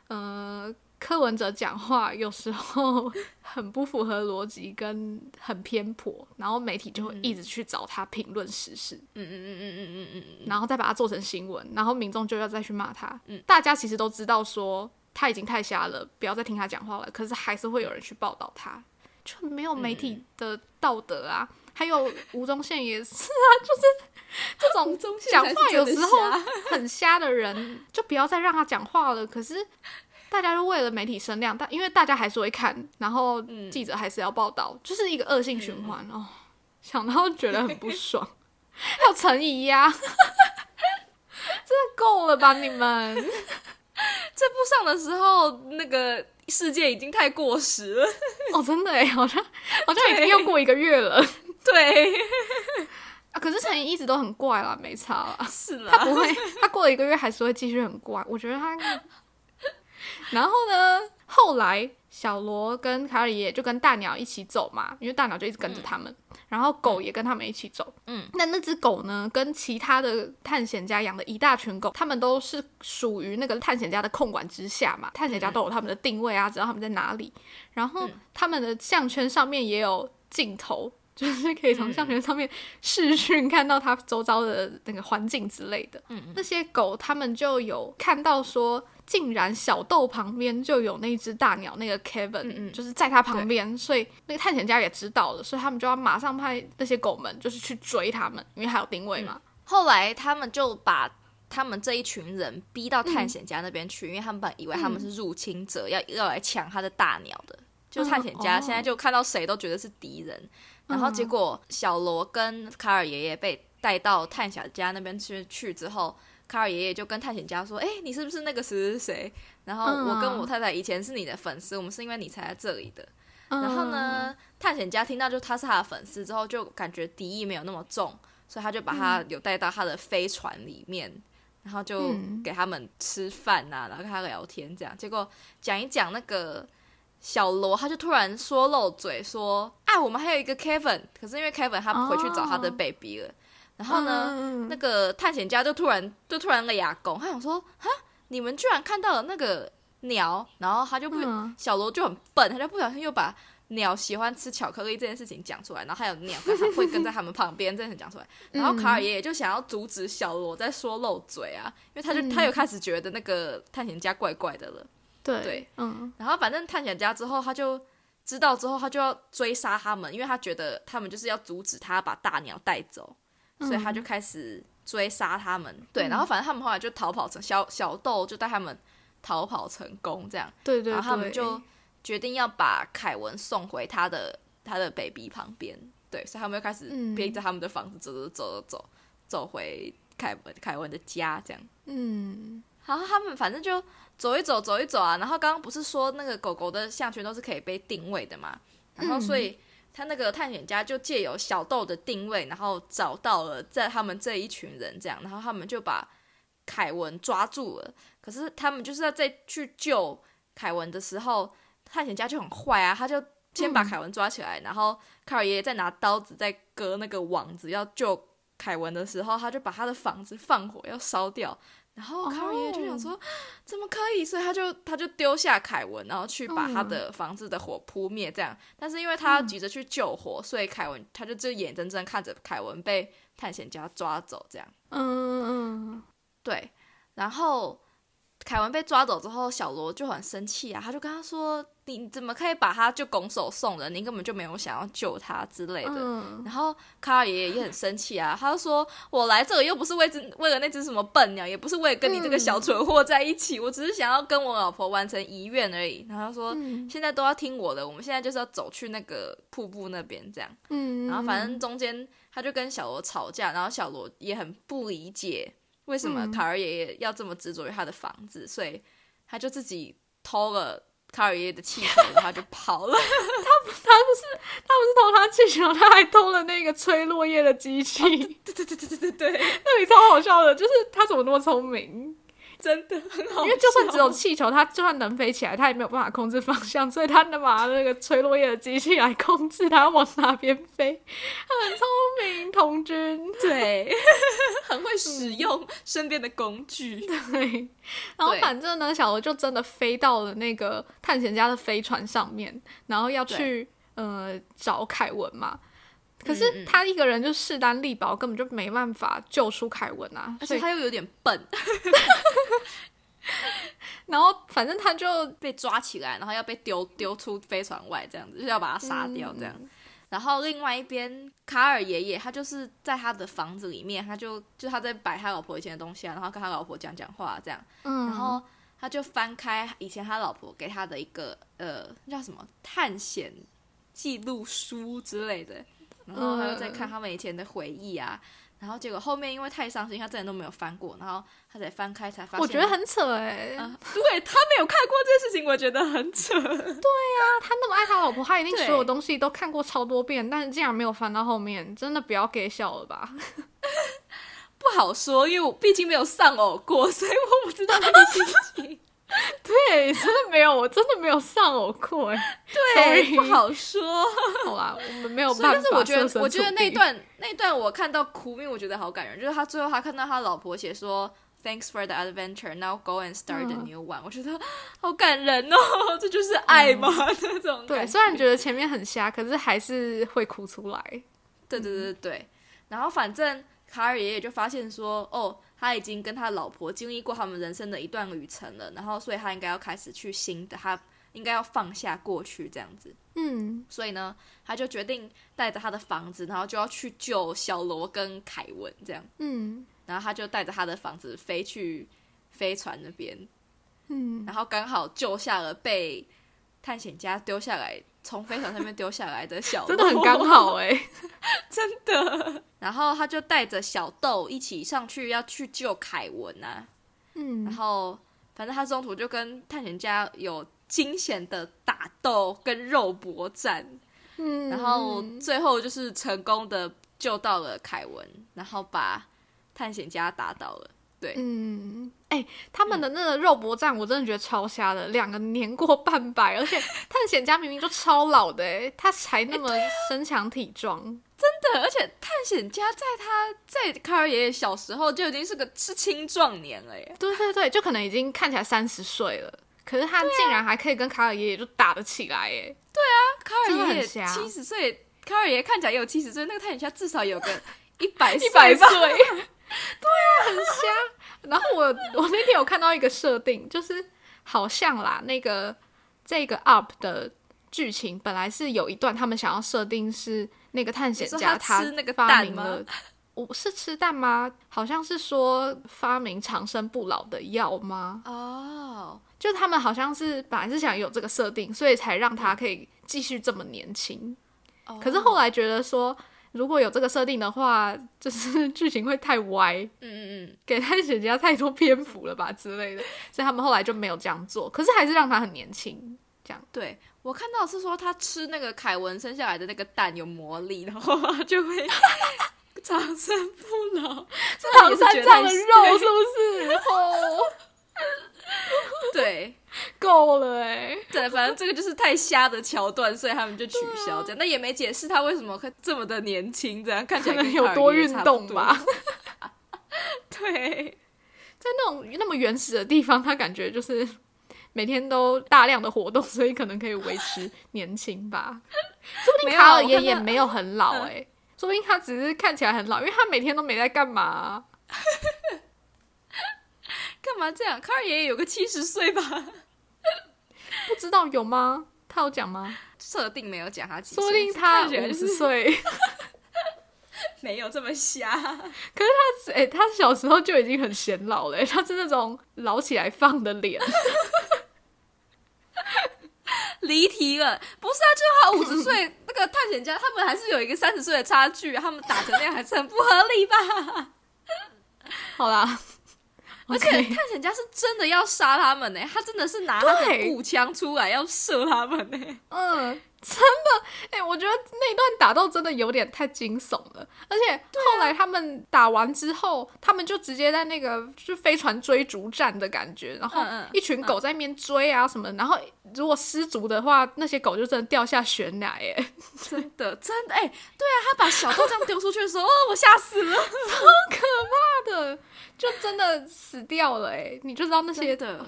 [SPEAKER 3] 呃柯文哲讲话有时候很不符合逻辑，跟很偏颇，然后媒体就会一直去找他评论时事，
[SPEAKER 2] 嗯嗯嗯嗯嗯嗯嗯嗯，
[SPEAKER 3] 然后再把它做成新闻，然后民众就要再去骂他。大家其实都知道说他已经太瞎了，不要再听他讲话了，可是还是会有人去报道他，就没有媒体的道德啊。还有吴宗宪也是啊，就是 这种
[SPEAKER 2] 宪
[SPEAKER 3] 讲
[SPEAKER 2] 才是
[SPEAKER 3] 话有
[SPEAKER 2] 真
[SPEAKER 3] 时
[SPEAKER 2] 的
[SPEAKER 3] 候
[SPEAKER 2] 瞎
[SPEAKER 3] 很瞎的人，就不要再让他讲话了。可是大家就为了媒体声量，但因为大家还是会看，然后记者还是要报道，就是一个恶性循环、哦。想到觉得很不爽，还有陈怡呀，真的够了吧你们？
[SPEAKER 2] 这部上的时候，那个世界已经太过时了。
[SPEAKER 3] 哦，真的哎，好像好像已经又过一个月了
[SPEAKER 2] 对，
[SPEAKER 3] 啊。可是陈怡一直都很怪啦，没差啦。
[SPEAKER 2] 是
[SPEAKER 3] 他
[SPEAKER 2] 啦，
[SPEAKER 3] 不会， 他过了一个月还是会继续很怪。我觉得他，然后呢，后来小罗跟卡里也就跟大鸟一起走嘛，因为大鸟就一直跟着他们，然后狗也跟他们一起走。
[SPEAKER 2] 嗯，
[SPEAKER 3] 那那只狗呢，跟其他的探险家养的一大群狗，他们都是属于那个探险家的控管之下嘛，探险家都有他们的定位啊，知道他们在哪里，然后他们的项圈上面也有镜头。就是可以从项圈上面视讯看到它周遭的那个环境之类的。嗯，那些狗它们就有看到说，竟然小豆旁边就有那只大鸟，那个 Kevin，、
[SPEAKER 2] 嗯
[SPEAKER 3] 就是在它旁边，所以那个探险家也知道了，所以他们就要马上派那些狗们就是去追它们，因为还有定
[SPEAKER 2] 嗯
[SPEAKER 3] 位嘛。
[SPEAKER 2] 后来他们就把他们这一群人逼到探险家那边去，因为他们本来以为他们是入侵者，要要来抢他的大鸟的。就探险家
[SPEAKER 3] 哦
[SPEAKER 2] 现在就看到谁都觉得是敌人，然后结果小罗跟卡尔爷爷被带到探险家那边去去之后。卡尔爷爷就跟探险家说：“哎、你是不是那个谁谁谁？然后
[SPEAKER 3] 嗯
[SPEAKER 2] 我跟我太太以前是你的粉丝，我们是因为你才在这里的。然后
[SPEAKER 3] 嗯
[SPEAKER 2] 呢，探险家听到就他是他的粉丝之后，就感觉敌意没有那么重，所以他就把他有带到他的飞船里面，然后就
[SPEAKER 3] 嗯
[SPEAKER 2] 给他们吃饭啊呐、然后跟他聊天这样。结果讲一讲那个小罗，他就突然说漏嘴说啊，我们还有一个 Kevin，可是因为 Kevin 他回去找他的
[SPEAKER 3] 哦
[SPEAKER 2] baby 了，然
[SPEAKER 3] 嗯，
[SPEAKER 2] 后呢，
[SPEAKER 3] 嗯
[SPEAKER 2] 那个探险家就突然就突然了牙弓，他想说哈，你们居然看到了那个鸟，然后他就不、
[SPEAKER 3] 嗯
[SPEAKER 2] 小罗就很笨，他就不小心又把鸟喜欢吃巧克力这件事情讲出来，然后还有鸟跟他会跟在他们旁边这件事情讲出来，然后卡尔爷爷就想要阻止小罗在说漏嘴啊，因为他就、
[SPEAKER 3] 嗯
[SPEAKER 2] 他又开始觉得那个探险家怪怪的了，
[SPEAKER 3] 对
[SPEAKER 2] 对
[SPEAKER 3] 嗯
[SPEAKER 2] 然后反正探险家之后他就。知道之后，他就要追杀他们，因为他觉得他们就是要阻止他把大鸟带走。所
[SPEAKER 3] 嗯
[SPEAKER 2] 以他就开始追杀他们。对，然后反正他们后来就逃跑成小小豆就带他们逃跑成功，这样，
[SPEAKER 3] 对对，
[SPEAKER 2] 然后他们
[SPEAKER 3] 对
[SPEAKER 2] 就决定要把凯文送回他的他的 baby 旁边。对，所以他们又开始
[SPEAKER 3] 嗯
[SPEAKER 2] 逼着他们的房子走走走走走走回凯文凯文的家，这样。
[SPEAKER 3] 嗯
[SPEAKER 2] 然后他们反正就走一走，走一走啊。然后刚刚不是说那个狗狗的项圈都是可以被定位的嘛？然后所以他那个探险家就借由小豆的定位，然后找到了在他们这一群人这样，然后他们就把凯文抓住了。可是他们就是在在去救凯文的时候，探险家就很坏啊，他就先把凯文抓起来，然后卡尔爷爷在拿刀子在割那个网子要救凯文的时候，他就把他的房子放火要烧掉，然后卡尔爷爷就想说、 怎么可以，所以他就他就丢下凯文，然后去把他的房子的火扑灭这样。但是因为他急着去救火，所以凯文他就就眼睁睁看着凯文被探险家抓走这样。
[SPEAKER 3] 嗯嗯嗯
[SPEAKER 2] 对，然后凯文被抓走之后，小罗就很生气啊，他就跟他说：“你怎么可以把他就拱手送人？你根本就没有想要救他之类的。
[SPEAKER 3] 嗯
[SPEAKER 2] 然后卡尔爷爷也很生气啊，他就说：“我来这里又不是为只为了那只什么笨鸟，也不是为了跟你这个小蠢货在一起，我只是想要跟我老婆完成遗愿而已。”然后他说：“
[SPEAKER 3] 嗯
[SPEAKER 2] 现在都要听我的，我们现在就是要走去那个瀑布那边这样。”
[SPEAKER 3] 嗯，
[SPEAKER 2] 然后反正中间他就跟小罗吵架，然后小罗也很不理解为什么
[SPEAKER 3] 嗯
[SPEAKER 2] 卡尔爷爷要这么执着于他的房子，所以他就自己偷了卡尔爷爷的气球，然后就跑了。
[SPEAKER 3] 他不是偷他气球，他还偷了那个吹落叶
[SPEAKER 2] 哦
[SPEAKER 3] 的机器。
[SPEAKER 2] 对对对对对对，
[SPEAKER 3] 那里超好笑的，就是他怎么那么聪明？
[SPEAKER 2] 真的很好笑，
[SPEAKER 3] 因为就算只有气球，它就算能飞起来，它也没有办法控制方向，所以它能把那个吹落叶的机器来控制它往哪边飞。它很聪明，童军。
[SPEAKER 2] 对，很会使用身边的工具。
[SPEAKER 3] 对，然后
[SPEAKER 2] 对
[SPEAKER 3] 反正呢，小罗就真的飞到了那个探险家的飞船上面，然后要去呃找凯文嘛。可
[SPEAKER 2] 嗯
[SPEAKER 3] 是
[SPEAKER 2] 嗯
[SPEAKER 3] 他一个人就势单力薄，根本就没办法救出凯文啊！
[SPEAKER 2] 而
[SPEAKER 3] 所
[SPEAKER 2] 且
[SPEAKER 3] 以，
[SPEAKER 2] 他又有点笨，
[SPEAKER 3] 然后反正他就
[SPEAKER 2] 被抓起来，然后要被丢丢出飞船外，这样子就是要把他杀掉这样。然后另外一边，卡尔爷爷他就是在他的房子里面，他就就他在摆他老婆以前的东西啊，然后跟他老婆讲讲话这样。
[SPEAKER 3] 嗯，
[SPEAKER 2] 然后他就翻开以前他老婆给他的一个呃那叫什么探险记录书之类的，然后他又在
[SPEAKER 3] 嗯
[SPEAKER 2] 看他们以前的回忆啊。然后结果后面因为太伤心，他真的都没有翻过，然后他才翻开才发现。
[SPEAKER 3] 我觉得很扯哎、
[SPEAKER 2] 啊、对他没有看过这件事情，我觉得很扯。
[SPEAKER 3] 他那么爱他老婆，他一定
[SPEAKER 2] 对
[SPEAKER 3] 所有东西都看过超多遍，但是竟然没有翻到后面，真的不要给小了吧？
[SPEAKER 2] 不好说，因为我毕竟没有丧偶过，所以我不知道那个心 情。
[SPEAKER 3] 对，真的没有，我真的没有上偶过哎。Sorry
[SPEAKER 2] 不好说。
[SPEAKER 3] 好啦，我们没有
[SPEAKER 2] 所以，
[SPEAKER 3] 哦
[SPEAKER 2] 但
[SPEAKER 3] 办法
[SPEAKER 2] 是我觉
[SPEAKER 3] 设身
[SPEAKER 2] 得，我觉得
[SPEAKER 3] 处
[SPEAKER 2] 那
[SPEAKER 3] 地
[SPEAKER 2] 段那段我看到哭，因为我觉得好感人。就是他最后他看到他老婆写说，Thanks for the adventure, now go and start a
[SPEAKER 3] 嗯
[SPEAKER 2] new one、我觉得好感人哦， 这就是爱吗？这种
[SPEAKER 3] 嗯对，
[SPEAKER 2] 感觉
[SPEAKER 3] 虽然觉得前面很瞎，可是还是会哭出来。
[SPEAKER 2] 对对对对对。然后反正卡尔爷爷就发现说，哦，他已经跟他老婆经历过他们人生的一段旅程了，然后所以他应该要开始去新的，他应该要放下过去这样子。
[SPEAKER 3] 嗯，
[SPEAKER 2] 所以呢，他就决定带着他的房子，然后就要去救小罗跟凯文这样。
[SPEAKER 3] 嗯
[SPEAKER 2] 然后他就带着他的房子飞去飞船那边，
[SPEAKER 3] 嗯，
[SPEAKER 2] 然后刚好救下了被探险家丢下来，从飞船上面丢下来的小
[SPEAKER 3] 真的很
[SPEAKER 2] 豆
[SPEAKER 3] 刚，好哎、
[SPEAKER 2] 真的。然后他就带着小豆一起上去要去救凯文啊，然
[SPEAKER 3] 嗯，
[SPEAKER 2] 后反正他中途就跟探险家有惊险的打斗跟肉搏战，
[SPEAKER 3] 嗯
[SPEAKER 2] 然后最后就是成功的救到了凯文，然后把探险家打倒了。
[SPEAKER 3] 嗯，哎、他们的那个肉搏战，我真的觉得超瞎的，两个年过半百，而 且探险家明明就超老的、哎，他才那么身强体壮，
[SPEAKER 2] 对，而且探险家在他在卡尔爷爷小时候就已经是个是青壮年了耶。
[SPEAKER 3] 对对对，就可能已经看起来三十岁了，可是他竟然还可以跟卡尔爷爷就打得起来、哎，
[SPEAKER 2] 卡尔
[SPEAKER 3] 真的
[SPEAKER 2] 爷
[SPEAKER 3] 很
[SPEAKER 2] 爷
[SPEAKER 3] 瞎
[SPEAKER 2] 七十岁，卡尔爷爷看起来也有七十岁，那个探险家至少有 个一百
[SPEAKER 3] 一百岁，
[SPEAKER 2] 吧。
[SPEAKER 3] 对啊，很瞎。然后我我那天有看到一个设定，就是好像啦，那个这个 UP 的剧情本来是有一段他们想要设定是那个探险
[SPEAKER 2] 你
[SPEAKER 3] 家
[SPEAKER 2] 说他吃那个
[SPEAKER 3] 发
[SPEAKER 2] 蛋
[SPEAKER 3] 明
[SPEAKER 2] 吗
[SPEAKER 3] 了。我是吃蛋吗？好像是说发明长生不老的药吗？
[SPEAKER 2] 哦，
[SPEAKER 3] 就他们好像是本来是想有这个设定，所以才让他可以继续这么年轻。
[SPEAKER 2] 哦
[SPEAKER 3] 可是后来觉得说，如果有这个设定的话，就是剧情会太歪，
[SPEAKER 2] 嗯嗯嗯，
[SPEAKER 3] 给探险家太多篇幅了吧之类的，所以他们后来就没有这样做。可是还是让他很年轻，这样。
[SPEAKER 2] 对我看到是说他吃那个凯文生下来的那个蛋有魔力，然后 他就会长生不 老。
[SPEAKER 3] 唐
[SPEAKER 2] 也是
[SPEAKER 3] 三
[SPEAKER 2] 觉得
[SPEAKER 3] 藏的
[SPEAKER 2] 很
[SPEAKER 3] 肉
[SPEAKER 2] 对
[SPEAKER 3] 是不是？哦，
[SPEAKER 2] 对，
[SPEAKER 3] 够了哎、
[SPEAKER 2] 对，反正这个就是太瞎的桥段，所以他们就取
[SPEAKER 3] 啊
[SPEAKER 2] 消这样。那、也没解释他为什么会这么的年轻，这样看起
[SPEAKER 3] 可
[SPEAKER 2] 来
[SPEAKER 3] 能
[SPEAKER 2] 跟
[SPEAKER 3] 有多运
[SPEAKER 2] 卡尔爷爷差不
[SPEAKER 3] 动
[SPEAKER 2] 多
[SPEAKER 3] 吧。。
[SPEAKER 2] 对，
[SPEAKER 3] 在那种那么原始的地方，他感觉就是每天都大量的活动，所以可能可以维持年轻 吧。说不
[SPEAKER 2] 没有
[SPEAKER 3] 定卡尔
[SPEAKER 2] 我
[SPEAKER 3] 爷
[SPEAKER 2] 看
[SPEAKER 3] 爷
[SPEAKER 2] 到
[SPEAKER 3] 没有啊很老
[SPEAKER 2] 嗯
[SPEAKER 3] 哎、说不定他只是看起来很老，因为他每天都没在干嘛啊、
[SPEAKER 2] 干嘛这样？卡尔爷爷有个七十岁吧？
[SPEAKER 3] 不知道有吗？他有讲吗？
[SPEAKER 2] 设定没有讲他几岁，
[SPEAKER 3] 说不定他
[SPEAKER 2] 看起来
[SPEAKER 3] 五
[SPEAKER 2] 就
[SPEAKER 3] 十
[SPEAKER 2] 是
[SPEAKER 3] 岁，
[SPEAKER 2] 没有这么瞎。
[SPEAKER 3] 哎、他小时候就已经很显老了、欸，他是那种老起来放的脸。
[SPEAKER 2] 离题了，不是啊？就是他五十岁 那个探险家，他们还是有一个三十岁的差距，他们打成那样还是很不合理 吧？
[SPEAKER 3] 好啦，
[SPEAKER 2] 而且
[SPEAKER 3] OK
[SPEAKER 2] 探险家是真的要杀他们呢、他真的是拿他的
[SPEAKER 3] 对
[SPEAKER 2] 步枪出来要射他们呢、欸
[SPEAKER 3] 嗯，真的，哎、我觉得那段打打斗真的有点太惊悚了，而且后来他们打完之后，他们就直接在那个就飞船追逐战的感觉，然后
[SPEAKER 2] 嗯嗯
[SPEAKER 3] 一群狗在那边追啊什么，然后如果失足的话，那些狗就真的掉下悬崖 耶。
[SPEAKER 2] 真的真的哎、对啊，他把小豆这样丢出去的时候，哦，我吓死了。
[SPEAKER 3] 妈的，就真的死掉了哎、你就知道那些
[SPEAKER 2] 真的，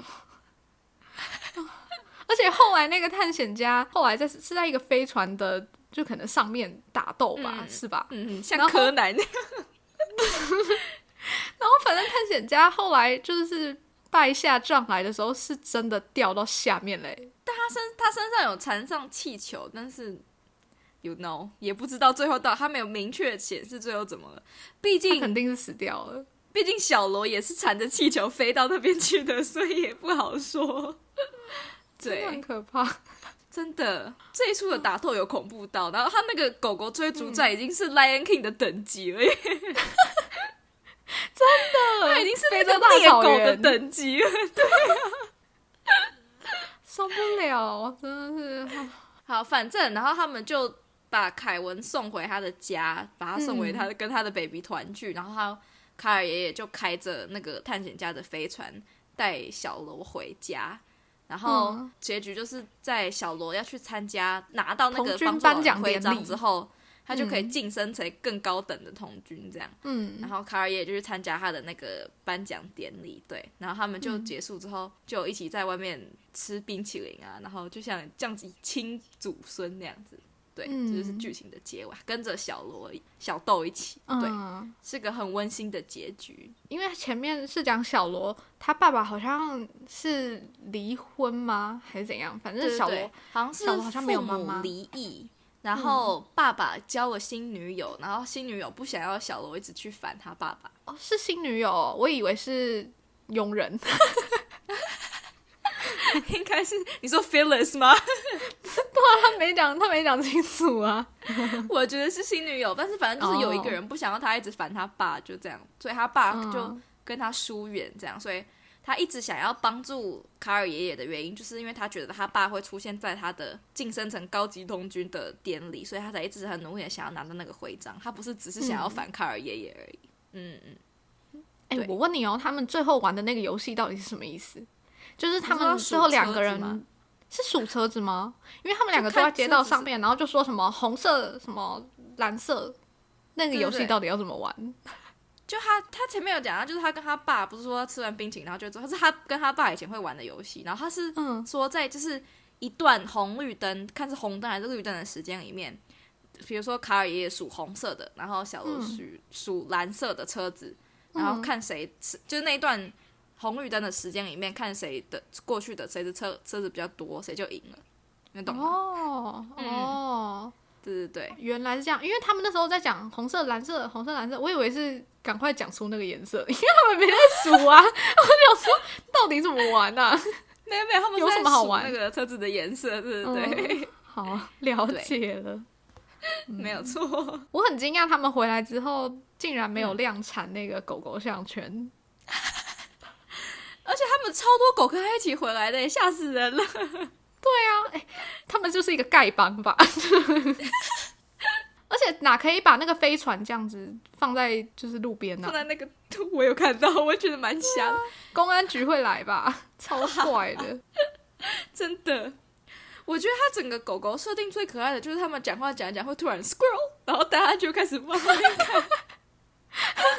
[SPEAKER 3] 而且后来那个探险家后来在是在一个飞船的，就可能上面打斗吧，
[SPEAKER 2] 嗯
[SPEAKER 3] 是吧？
[SPEAKER 2] 嗯，像
[SPEAKER 3] 然后
[SPEAKER 2] 柯南那 样，
[SPEAKER 3] 然后反正探险家后来就是败下阵来的时候，是真的掉到下面嘞。
[SPEAKER 2] 他身他身上有缠上气球，但是 you know 也不知道最后到他没有明确显示最后怎么了。毕
[SPEAKER 3] 他
[SPEAKER 2] 竟
[SPEAKER 3] 肯定是死掉了。
[SPEAKER 2] 毕竟小罗也是缠着气球飞到那边去的，所以也不好说。
[SPEAKER 3] 真的很
[SPEAKER 2] 对，
[SPEAKER 3] 可怕。
[SPEAKER 2] 真的，最初的打斗有恐怖到，然后他那个狗狗追逐
[SPEAKER 3] 嗯
[SPEAKER 2] 战已经是 Lion King 的等级了耶，
[SPEAKER 3] 他
[SPEAKER 2] 他已经 是 那
[SPEAKER 3] 非
[SPEAKER 2] 个
[SPEAKER 3] 洲大
[SPEAKER 2] 猎
[SPEAKER 3] 草
[SPEAKER 2] 狗的
[SPEAKER 3] 原，
[SPEAKER 2] 等级了。
[SPEAKER 3] 受不了，真的是。
[SPEAKER 2] 好，反正然后他们就把凯文送回他的家，把他送回他的、跟他的 baby 团聚，然后他卡尔爷爷就开着那个探险家的飞船带小罗回家。然后
[SPEAKER 3] 嗯
[SPEAKER 2] 结局就是在小罗要去参加拿到那
[SPEAKER 3] 童
[SPEAKER 2] 个
[SPEAKER 3] 军
[SPEAKER 2] 帮助
[SPEAKER 3] 颁
[SPEAKER 2] 老人
[SPEAKER 3] 奖
[SPEAKER 2] 徽
[SPEAKER 3] 典
[SPEAKER 2] 章
[SPEAKER 3] 礼
[SPEAKER 2] 之后，他就可以
[SPEAKER 3] 嗯
[SPEAKER 2] 晋升成更高等的童军这样。
[SPEAKER 3] 嗯
[SPEAKER 2] 然，后卡尔也就是参加他的那个颁奖典礼，对，然后他们
[SPEAKER 3] 嗯
[SPEAKER 2] 就结束之后、就一起在外面吃冰淇淋啊，然后就像这样子亲祖孙那样子，对，
[SPEAKER 3] 嗯
[SPEAKER 2] 这就是剧情的结尾，跟着小罗小豆一起，对，
[SPEAKER 3] 嗯，
[SPEAKER 2] 是个很温馨的结局。
[SPEAKER 3] 因为前面是讲小罗，他爸爸好像是离婚吗，还是怎样？反
[SPEAKER 2] 对
[SPEAKER 3] 正
[SPEAKER 2] 对
[SPEAKER 3] 小
[SPEAKER 2] 对
[SPEAKER 3] 罗，
[SPEAKER 2] 好像是
[SPEAKER 3] 小罗好像没有
[SPEAKER 2] 父
[SPEAKER 3] 妈
[SPEAKER 2] 母
[SPEAKER 3] 妈嗯
[SPEAKER 2] 离异，然后爸爸交了新女友，然后新女友不想要小罗一直去烦他爸 爸，
[SPEAKER 3] 哦是新女友哦，我以为是佣人。
[SPEAKER 2] 应该是你说 Phyllis 吗？
[SPEAKER 3] 他没讲，他没讲清楚啊。
[SPEAKER 2] 我觉得是新女友，但是反正就是有一个人不想要他一直烦他爸，就这样，所以他爸
[SPEAKER 3] 嗯
[SPEAKER 2] 啊就跟他疏远，这样，所以他一直想要帮助卡尔爷爷的原因，就是因为他觉得他爸会出现在他的晋升成高级童军的典礼，所以他才一直很努力的想要拿到那个徽章，他不是只是想要反卡尔爷爷而已。嗯嗯，
[SPEAKER 3] 哎、
[SPEAKER 2] 对
[SPEAKER 3] 我问你哦，他们最后玩的那个游戏到底是什么意思？就是他
[SPEAKER 2] 你说
[SPEAKER 3] 们
[SPEAKER 2] 要
[SPEAKER 3] 最后
[SPEAKER 2] 数
[SPEAKER 3] 两
[SPEAKER 2] 车
[SPEAKER 3] 个
[SPEAKER 2] 子
[SPEAKER 3] 人
[SPEAKER 2] 吗
[SPEAKER 3] 是数车子吗？因为他们两个
[SPEAKER 2] 就
[SPEAKER 3] 都在
[SPEAKER 2] 看
[SPEAKER 3] 街
[SPEAKER 2] 车
[SPEAKER 3] 道
[SPEAKER 2] 子
[SPEAKER 3] 上
[SPEAKER 2] 是
[SPEAKER 3] 面，然后就说什么红色、什么蓝色，那个
[SPEAKER 2] 对
[SPEAKER 3] 游
[SPEAKER 2] 对
[SPEAKER 3] 戏
[SPEAKER 2] 对
[SPEAKER 3] 到底要怎么玩？
[SPEAKER 2] 就他他前面有讲到，啊就是他跟他爸不是说吃完冰淇淋然后就走，他是他跟他爸以前会玩的游戏，然后他是
[SPEAKER 3] 嗯
[SPEAKER 2] 说在就是一段红绿灯，看是红灯还是绿灯的时间里面，比如说卡尔爷爷数红色的，然后小罗
[SPEAKER 3] 嗯
[SPEAKER 2] 数、数蓝色的车子，然后
[SPEAKER 3] 嗯
[SPEAKER 2] 看谁是、就是那一段红绿灯的时间里面，看谁的过去的谁的车车子比较多，谁就赢了，你懂吗？
[SPEAKER 3] 哦
[SPEAKER 2] 嗯
[SPEAKER 3] 哦，
[SPEAKER 2] 对对对，
[SPEAKER 3] 原来是这样。因为他们那时候在讲红色、蓝色、红色、蓝色，我以为是赶快讲出那个颜色，因为他们没在数啊。我 想说，到底怎么玩啊？
[SPEAKER 2] 没有没有，他们
[SPEAKER 3] 有
[SPEAKER 2] 是在
[SPEAKER 3] 什么好
[SPEAKER 2] 数
[SPEAKER 3] 玩
[SPEAKER 2] 那个车子的颜色，对对对，
[SPEAKER 3] 好，了
[SPEAKER 2] 对
[SPEAKER 3] 解了。
[SPEAKER 2] 嗯没有 错。
[SPEAKER 3] 我很惊讶，他们回来之后竟然没有量产那个狗狗项圈。
[SPEAKER 2] 而且他们超多狗跟他一起回来的耶，吓死人了！
[SPEAKER 3] 他们就是一个丐帮吧？而且哪可以把那个飞船这样子放在就是路边啊呢、
[SPEAKER 2] 放在那个图我有看到，我觉得蛮瞎的，
[SPEAKER 3] 公安局会来吧？超怪的。
[SPEAKER 2] 真的。我觉得他整个狗狗设定最可爱的就是他们讲话讲一讲会突然 squirrel，然后大家就开始往外看，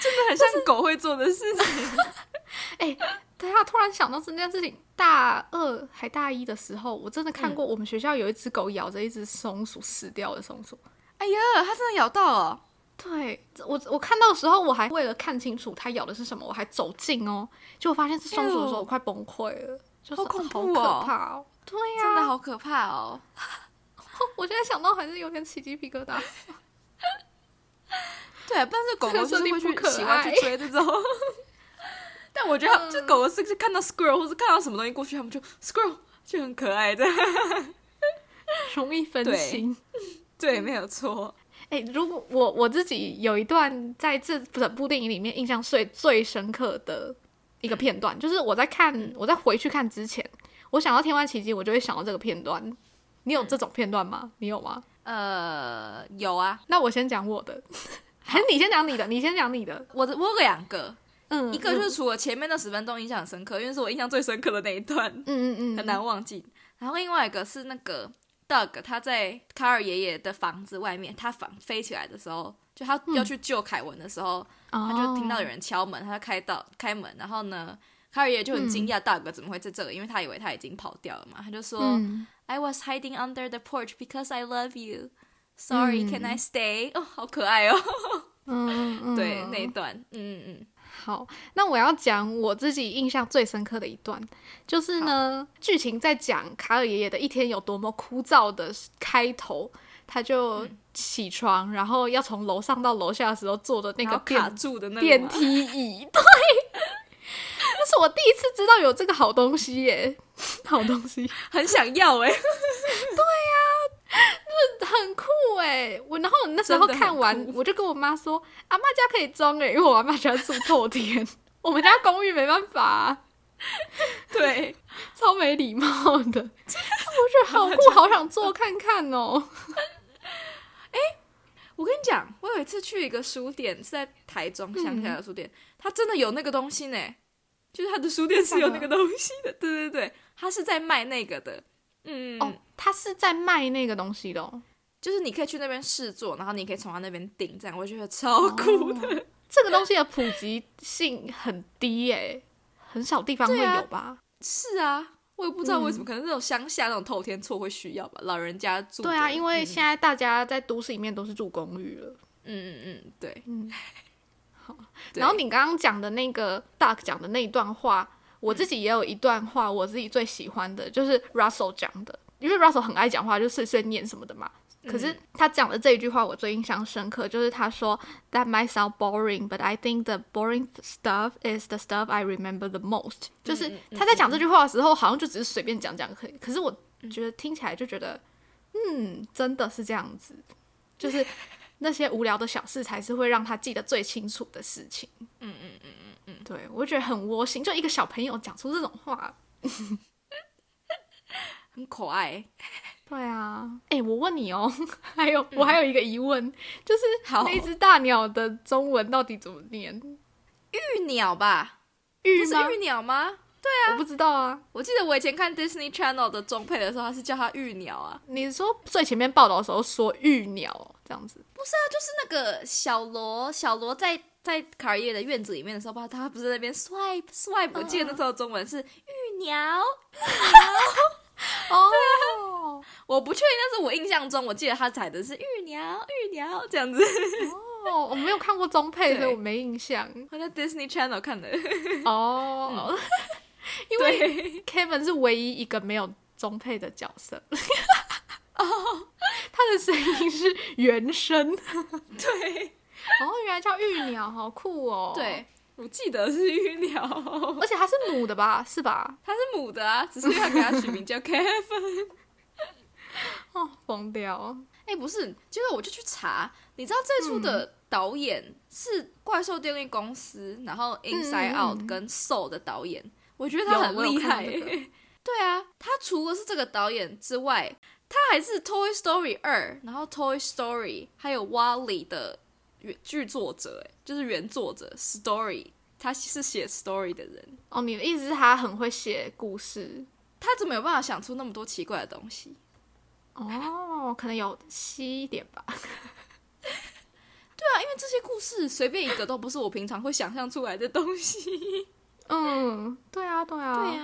[SPEAKER 2] 真的很像狗会做的事情。
[SPEAKER 3] 对啊，突然想到这件事情，大二还大一的时候，我真的看过我们学校有一只狗咬着一只松鼠死掉的松鼠。
[SPEAKER 2] 哎呀，它真的咬到哦！
[SPEAKER 3] 对我，我看到的时候，我还为了看清楚它咬的是什么，我还走近哦，就发现是松鼠
[SPEAKER 2] 哎
[SPEAKER 3] 的时候，
[SPEAKER 2] 呦
[SPEAKER 3] 我快崩溃了，就是
[SPEAKER 2] 好恐怖
[SPEAKER 3] 好
[SPEAKER 2] 哦
[SPEAKER 3] 可怕哦！对呀、
[SPEAKER 2] 真的好可怕哦。
[SPEAKER 3] 我现在想到还是有点起鸡皮疙瘩。
[SPEAKER 2] 对，啊但是狗狗就是会
[SPEAKER 3] 这个设定不可
[SPEAKER 2] 去喜
[SPEAKER 3] 爱
[SPEAKER 2] 欢去追这种。 嗯但 我觉得它
[SPEAKER 3] 嗯
[SPEAKER 2] 就狗狗是是看到 squirrel 或是看到什么东西过去，它们就 squirrel 就很可爱的。
[SPEAKER 3] 容易分
[SPEAKER 2] 对
[SPEAKER 3] 心。
[SPEAKER 2] 对，没有错。
[SPEAKER 3] 哎、如果我我自己有一段在这整部电影里面印象最最深刻的一个片段，就是我在
[SPEAKER 2] 嗯
[SPEAKER 3] 看，我在回去看之前，我想到《天外奇迹》，我就会想到这个片段。你有这种片段吗？你有吗？
[SPEAKER 2] 嗯、呃，有啊，
[SPEAKER 3] 那我先讲我的，还是你先讲你的？你先讲你的。
[SPEAKER 2] 我的我有两个，
[SPEAKER 3] 嗯，
[SPEAKER 2] 一个就是是除了前面那十分钟印象很深刻，因为是我印象最深刻的那一段，
[SPEAKER 3] 嗯嗯嗯，
[SPEAKER 2] 很难忘记。然后另外一个是那个 Doug，他在卡尔爷爷的房子外面，他房飞起来的时候，就他要去救凯文的时候，
[SPEAKER 3] 嗯哦，
[SPEAKER 2] 他就听到有人敲门，他就开到开门，然后呢，卡尔爷爷就很惊讶大哥怎么会在这里，因为他以为他已经跑掉了嘛，他就说、
[SPEAKER 3] 嗯
[SPEAKER 2] I was hiding under the porch because I love you. Sorry, can I stay？、哦， 好可爱哦，
[SPEAKER 3] 嗯嗯，
[SPEAKER 2] 对
[SPEAKER 3] 嗯
[SPEAKER 2] 那一段，嗯嗯
[SPEAKER 3] 好，那我要讲我自己印象最深刻的一段，就是呢，剧情在讲卡尔爷爷的一天有多么枯燥的开头，他就
[SPEAKER 2] 嗯
[SPEAKER 3] 起床，然后要从楼上到楼下的时候坐的那
[SPEAKER 2] 嗯，
[SPEAKER 3] 个
[SPEAKER 2] 然后卡
[SPEAKER 3] 电
[SPEAKER 2] 住的那个
[SPEAKER 3] 电
[SPEAKER 2] 嘛，
[SPEAKER 3] 梯椅，对，那是我第一次知道有这个好东西耶， 好东西。
[SPEAKER 2] 很想要哎、
[SPEAKER 3] 很酷哎、我然后那时候
[SPEAKER 2] 真的很
[SPEAKER 3] 看完
[SPEAKER 2] 酷，
[SPEAKER 3] 我就跟我妈说，阿妈家可以装哎、因为我阿妈家住透 天，我们家公寓没办法啊、
[SPEAKER 2] 对，
[SPEAKER 3] 超没礼貌的。我觉得好酷， 好想做看看哦。
[SPEAKER 2] 我跟你讲，我有一次去一个书店，是在台中乡下的书店，它真的有那个东西呢，就是它的书店是有那个东西的，对对对，它是在卖那个的，嗯，
[SPEAKER 3] 哦，他是在卖那个东西的、哦，
[SPEAKER 2] 就是你可以去那边试做，然后你可以从他那边订，这样我觉得超酷的。
[SPEAKER 3] 哦这个东西的普及性很低耶、很少地方会
[SPEAKER 2] 对啊
[SPEAKER 3] 有吧？
[SPEAKER 2] 是啊，我也不知道
[SPEAKER 3] 嗯
[SPEAKER 2] 为什么，可能那种乡下那种透天厝会需要吧，老人家住的。
[SPEAKER 3] 对啊，因为
[SPEAKER 2] 嗯
[SPEAKER 3] 现在大家在都市里面都是住公寓了。
[SPEAKER 2] 嗯嗯嗯，对，
[SPEAKER 3] 嗯，好。
[SPEAKER 2] 对
[SPEAKER 3] 然后你刚刚讲的那个 Duck 讲的那一段话，我自己也有一段话，我自己最喜欢的就是 Russell 讲的，因为 Russell 很爱讲话，就碎碎念什么的嘛。可是
[SPEAKER 2] 嗯
[SPEAKER 3] 他讲的这一句话，我最印象深刻，就是他说：“That might sound boring, but I think the boring stuff is the stuff I remember the most。”就是他在讲这句话的时候，好像就只是随便讲讲，可以可是我觉得听起来就觉得，嗯，真的是这样子，就是那些无聊的小事才是会让他记得最清楚的事情。 嗯嗯嗯嗯嗯，对我觉得很窝心，就一个小朋友讲出这种话。
[SPEAKER 2] 很嗯可爱。
[SPEAKER 3] 对啊，哎、我问你哦， 还有我还有一个疑问，就是
[SPEAKER 2] 好
[SPEAKER 3] 那只大鸟的中文到底怎么念？
[SPEAKER 2] 玉鸟吧？
[SPEAKER 3] 玉
[SPEAKER 2] 不是
[SPEAKER 3] 吗？
[SPEAKER 2] 玉鸟吗？
[SPEAKER 3] 我不知道啊。
[SPEAKER 2] 我记得我以前看 Disney Channel 的中配的时候，他是叫它玉鸟啊。
[SPEAKER 3] 你说最前面报道的时候说玉鸟这样子，
[SPEAKER 2] 就是那个小罗，小罗在在卡尔耶的院子里面的时候，吧，他不是在那边 swipe swipe，我记得那时候中文是玉鸟。
[SPEAKER 3] 哦
[SPEAKER 2] 我不确定，但是我印象中，我记得他采的是玉鸟，玉鸟这 样子。
[SPEAKER 3] 哦，我没有看过中配，
[SPEAKER 2] 对
[SPEAKER 3] 所以我没印象。
[SPEAKER 2] 我在 Disney Channel 看的，
[SPEAKER 3] 哦，因为
[SPEAKER 2] 对，
[SPEAKER 3] Kevin 是唯一一个没有中配的角色。 哦，他的声音是原声。
[SPEAKER 2] 对
[SPEAKER 3] 哦，原来叫玉鸟，好酷哦。，
[SPEAKER 2] 对， 我记得是玉 鸟，
[SPEAKER 3] 而且它是母的吧？是吧？
[SPEAKER 2] 它是母的啊，只是他给它取名叫 Kevin。
[SPEAKER 3] 哦，疯掉。
[SPEAKER 2] 哎、不是，结果我就去查，你知道最初
[SPEAKER 3] 嗯
[SPEAKER 2] 的导演是《怪兽电力公司》，然后《Inside
[SPEAKER 3] 嗯嗯
[SPEAKER 2] Out
[SPEAKER 3] 嗯》
[SPEAKER 2] 跟《Soul》的导演，我觉得他
[SPEAKER 3] 有
[SPEAKER 2] 很
[SPEAKER 3] 我有
[SPEAKER 2] 厉
[SPEAKER 3] 看
[SPEAKER 2] 害、
[SPEAKER 3] 到这个
[SPEAKER 2] 对啊，他除了是这个导演之外，他还是《Toy Story 二》，然后《Toy Story》还有《Wall-E》的原剧作者，哎，就是原作者 Story，他是写 Story 的人，
[SPEAKER 3] 哦，你的意思是他很会写故事？
[SPEAKER 2] 他怎么有办法想出那么多奇怪的东西？
[SPEAKER 3] 哦，可能有吸一点吧。
[SPEAKER 2] 对啊，因为这些故事随便一个都不是我平常会想象出来的东西。
[SPEAKER 3] 嗯，对啊，对啊，
[SPEAKER 2] 对。呀，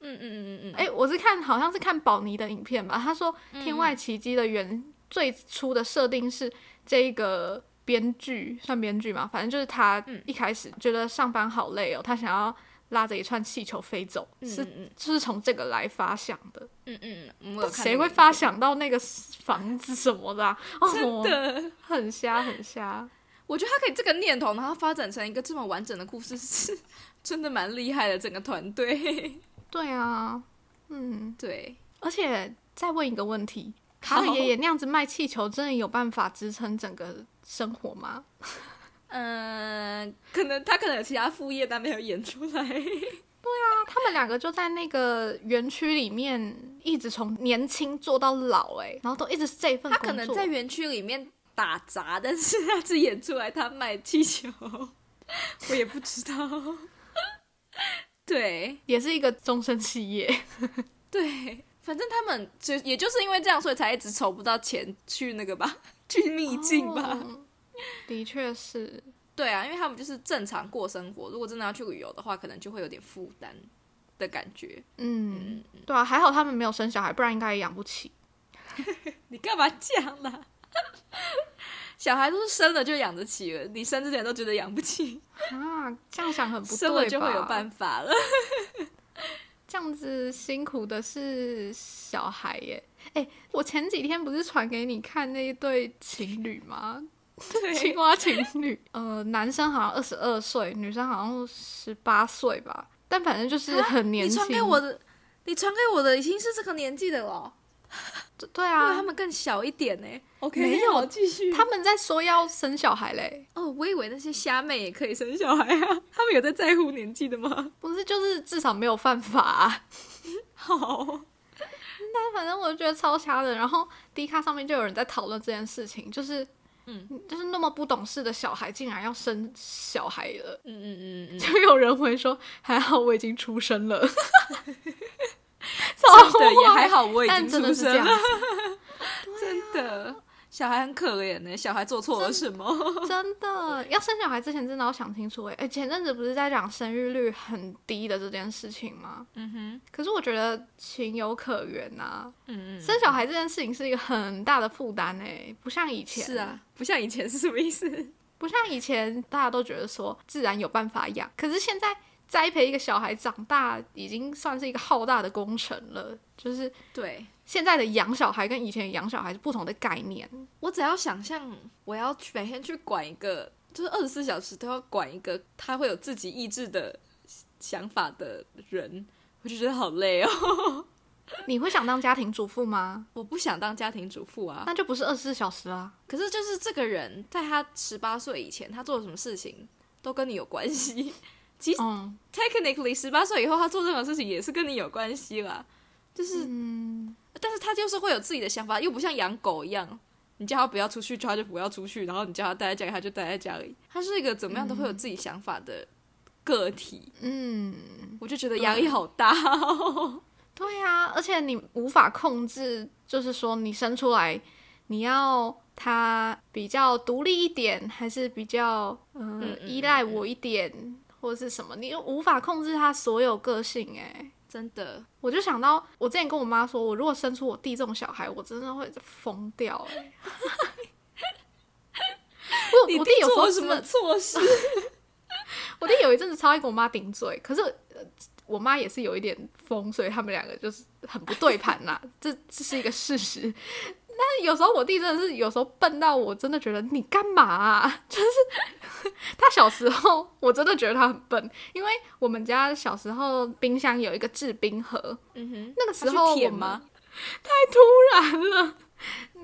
[SPEAKER 2] 嗯嗯嗯嗯嗯，
[SPEAKER 3] 哎、我是看好像是看宝妮的影片吧，他说《天
[SPEAKER 2] 嗯
[SPEAKER 3] 外奇迹》的原、最初的设定是这一个编剧算编剧嘛，反正就是他
[SPEAKER 2] 嗯
[SPEAKER 3] 一开始觉得上班好累哦，他想要拉着一串气球飞走，是
[SPEAKER 2] 嗯
[SPEAKER 3] 就是从这个来发想的。
[SPEAKER 2] 嗯嗯嗯，我有看
[SPEAKER 3] 谁
[SPEAKER 2] 那
[SPEAKER 3] 会
[SPEAKER 2] 个
[SPEAKER 3] 发想到那个房子什么的、啊？哦，
[SPEAKER 2] 的？
[SPEAKER 3] 很瞎很瞎。
[SPEAKER 2] 我觉得他可以这个念头，然后发展成一个这么完整的故事，是真的蛮厉害的。整个团队，
[SPEAKER 3] 对啊，嗯，
[SPEAKER 2] 对，
[SPEAKER 3] 而且再问一个问题。卡尔
[SPEAKER 2] 好
[SPEAKER 3] 爷爷那样子卖气球，真的有办法支撑整个生活吗？
[SPEAKER 2] 嗯，可能他可能有其他副业，但没有演出来。
[SPEAKER 3] 啊，他们两个就在那个园区里面，一直从年轻做到老、哎，然后都一直是这份
[SPEAKER 2] 他
[SPEAKER 3] 工作。
[SPEAKER 2] 可能在园区里面打杂，但是他自己演出来他卖气球，我也不知道。对
[SPEAKER 3] 也是一个终身企业，
[SPEAKER 2] 对，反正他们就也就是因为这样，所以才一直筹不到钱去那个吧， 去秘境吧。
[SPEAKER 3] 哦的确是，
[SPEAKER 2] 对啊，因为他们就是正常过生活，如果真的要去旅游的话，可能就会有点负担的感觉。
[SPEAKER 3] 嗯，对啊，还好他们没有生小孩，不然应该也养不起。
[SPEAKER 2] 你干嘛这样啦？ 小孩都是生了就养得起了，你生之前都觉得养不 起，
[SPEAKER 3] 啊，这样想很不对
[SPEAKER 2] 生了就会有办
[SPEAKER 3] 法。
[SPEAKER 2] 法了。
[SPEAKER 3] 这样子辛苦的是小孩耶。哎、我前几天不是传给你看那一对情侣吗？青
[SPEAKER 2] 对，
[SPEAKER 3] 蛙情侣， 呃，男生好像二十二岁，女生好像十八岁吧，但反正就是很年
[SPEAKER 2] 啊你
[SPEAKER 3] 轻。
[SPEAKER 2] 传给我的，你传给我的已经是这个年纪的了哦，
[SPEAKER 3] 对，对
[SPEAKER 2] 因为
[SPEAKER 3] 啊
[SPEAKER 2] 他，们更小一点呢。OK，
[SPEAKER 3] 没有
[SPEAKER 2] 好继续。
[SPEAKER 3] 他们在说要生小孩嘞，
[SPEAKER 2] 哦，我以为那些虾妹也可以生小孩啊，他们有在在乎年纪的吗？
[SPEAKER 3] 不是就是至少没有犯法、啊。
[SPEAKER 2] 好，
[SPEAKER 3] 但反正我就觉得超瞎的。然后 D 卡上面就有人在讨论这件事情，就是，
[SPEAKER 2] 嗯，
[SPEAKER 3] 就是那么不懂事的小孩竟然要生小孩了。
[SPEAKER 2] 嗯嗯嗯嗯嗯，
[SPEAKER 3] 就有人回说，还好我已经出生了， 超
[SPEAKER 2] 真的也
[SPEAKER 3] 坏
[SPEAKER 2] 还，好，我已
[SPEAKER 3] 但
[SPEAKER 2] 经
[SPEAKER 3] 真的
[SPEAKER 2] 出
[SPEAKER 3] 是这
[SPEAKER 2] 生
[SPEAKER 3] 样
[SPEAKER 2] 了
[SPEAKER 3] 子。，
[SPEAKER 2] 真的。小孩很可怜呢，小孩做错了什么？
[SPEAKER 3] 真的要生小孩之前真的要想清楚哎、欸，前阵子不是在讲生育率很低的这件事情吗？
[SPEAKER 2] 嗯哼，
[SPEAKER 3] 可是我觉得情有可原呐、啊
[SPEAKER 2] 嗯嗯，
[SPEAKER 3] 生小孩这件事情是一个很大的负担哎，不像以前
[SPEAKER 2] 是啊， 不像以前是什么意思？
[SPEAKER 3] 不像以前大家都觉得说自然有办法养，可是现在栽培一个小孩长大已经算是一个浩大的工程了。就是
[SPEAKER 2] 对
[SPEAKER 3] 现在的养小孩跟以前的养小孩是不同的概念。
[SPEAKER 2] 我只要想象我要去每天去管一个，就是二十四小时都要管一个，他会有自己意志的想法的人，我就觉得好累哦。
[SPEAKER 3] 你会想当家庭主妇吗？
[SPEAKER 2] 我不想当家庭主妇啊。
[SPEAKER 3] 那就不是二十四小时啊啦。
[SPEAKER 2] 可是就是这个人，在他十八岁以前，他做了什么事情都跟你有关系。
[SPEAKER 3] 嗯
[SPEAKER 2] Technically，十八岁以后他做任何事情也是跟你有关系啦。就是，
[SPEAKER 3] 嗯，
[SPEAKER 2] 但是他就是会有自己的想法，又不像养狗一样，你叫他不要出去，他就不要出去；然后你叫他待在家里，他就待在家里。他是一个怎么样都会有自己想法的个体，
[SPEAKER 3] 嗯，
[SPEAKER 2] 我就觉得压力好大、哦。
[SPEAKER 3] 对呀、而且你无法控制，就是说你生出来，你要他比较独立一点，还是比较、呃
[SPEAKER 2] 嗯嗯
[SPEAKER 3] 依赖我一点，或者是什么，你又无法控制他所有个性、哎。
[SPEAKER 2] 真的，
[SPEAKER 3] 我就想到，我之前跟我妈说，我如果生出我弟这种小孩，我真的会疯掉、哎 我
[SPEAKER 2] 你
[SPEAKER 3] 我
[SPEAKER 2] 弟
[SPEAKER 3] 弟有时
[SPEAKER 2] 做
[SPEAKER 3] 候
[SPEAKER 2] 了什
[SPEAKER 3] 真的
[SPEAKER 2] 么错事？
[SPEAKER 3] 我弟有一阵子超爱跟我妈顶嘴，可是呃我妈也是有一点疯，所以他们两个就是很不对盘啦，这这是一个事实。但是有时候我弟真的是有时候笨到我真的觉得你干嘛、啊？ 就是他小时候我真的觉得他很笨，因为我们家小时候冰箱有一个制冰盒，
[SPEAKER 2] 嗯哼，
[SPEAKER 3] 那个时
[SPEAKER 2] 他
[SPEAKER 3] 候
[SPEAKER 2] 去
[SPEAKER 3] 我
[SPEAKER 2] 舔
[SPEAKER 3] 们
[SPEAKER 2] 吗？
[SPEAKER 3] 然了。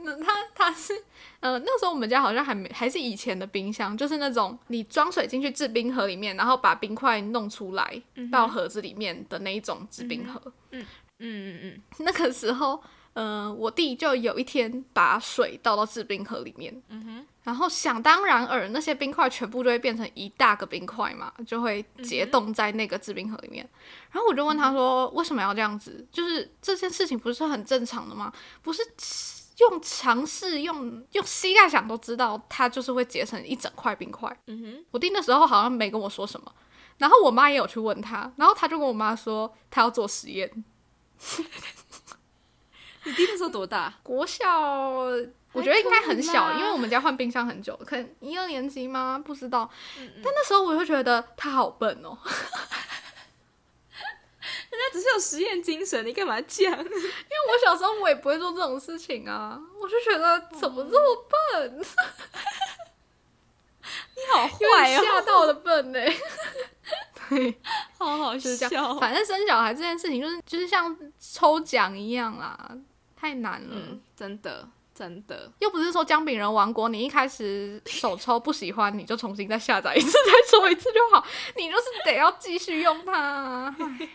[SPEAKER 3] 那他他是呃，那时候我们家好像还没还是以前的冰箱，就是那种你装水进去制冰盒里面，然后把冰块弄出来到盒子里面的那一种制冰盒。
[SPEAKER 2] 嗯嗯嗯，
[SPEAKER 3] 那个时候，呃，我弟就有一天把水倒到制冰盒里面，嗯哼，然后想当然尔，那些冰块全部就会变成一大个冰块嘛，就会
[SPEAKER 2] 嗯
[SPEAKER 3] 结冻在那个制冰盒里面。然后我就问他说，为什么要这样子？就是这件事情不是很正常的吗？不是。用尝试用用膝盖想都知道，它就是会结成一整块冰块。
[SPEAKER 2] 嗯哼，
[SPEAKER 3] 我弟那时候好像没跟我说什么，然后我妈也有去问他，然后他就跟我妈说他要做实验，
[SPEAKER 2] 你弟那时候多大？
[SPEAKER 3] 国校，我觉得应该很
[SPEAKER 2] 可以
[SPEAKER 3] 小，
[SPEAKER 2] 啦
[SPEAKER 3] 因为我们家换冰箱很久，可能一二年级吗？不知道。但那时候我就觉得他好笨哦， 因
[SPEAKER 2] 那只是有实验精神，你干嘛这 样？
[SPEAKER 3] 为我小时候我也不会做这种事情啊，我就觉得怎么这么笨，
[SPEAKER 2] 你好
[SPEAKER 3] 有点
[SPEAKER 2] 坏哦，
[SPEAKER 3] 吓啊到了笨呢、对，
[SPEAKER 2] 好好
[SPEAKER 3] 就是这样。
[SPEAKER 2] 笑。
[SPEAKER 3] 反正生小孩这件事情，就是就是像抽奖一样啦，太难了。
[SPEAKER 2] 嗯，真的真的，
[SPEAKER 3] 又不是说姜饼人王国，你一开始手抽不喜欢，你就重新再下载一次， 再抽一次就好，你就是得要继续用它啊，唉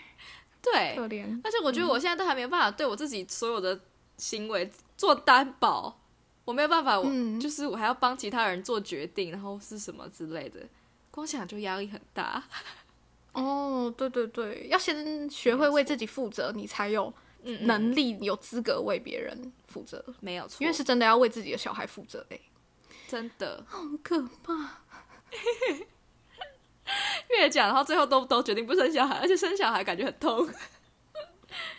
[SPEAKER 2] 对。
[SPEAKER 3] 可怜。
[SPEAKER 2] 而且我觉
[SPEAKER 3] 嗯
[SPEAKER 2] 得我现在都还没有办法对我自己所有的行为做担保，我没有办法，我、
[SPEAKER 3] 嗯
[SPEAKER 2] 就是我还要帮其他人做决定，然后是什么之类的，光想就压力很大。
[SPEAKER 3] 哦，对对对，要先学会为自己负责，你才有
[SPEAKER 2] 嗯，嗯
[SPEAKER 3] 能力、有资格为别人负责，
[SPEAKER 2] 没有错，
[SPEAKER 3] 因为是真的要为自己的小孩负责哎、
[SPEAKER 2] 真的
[SPEAKER 3] 好可怕。
[SPEAKER 2] 越讲，然后最后都都决定不生小孩，而且生小孩感觉很 痛。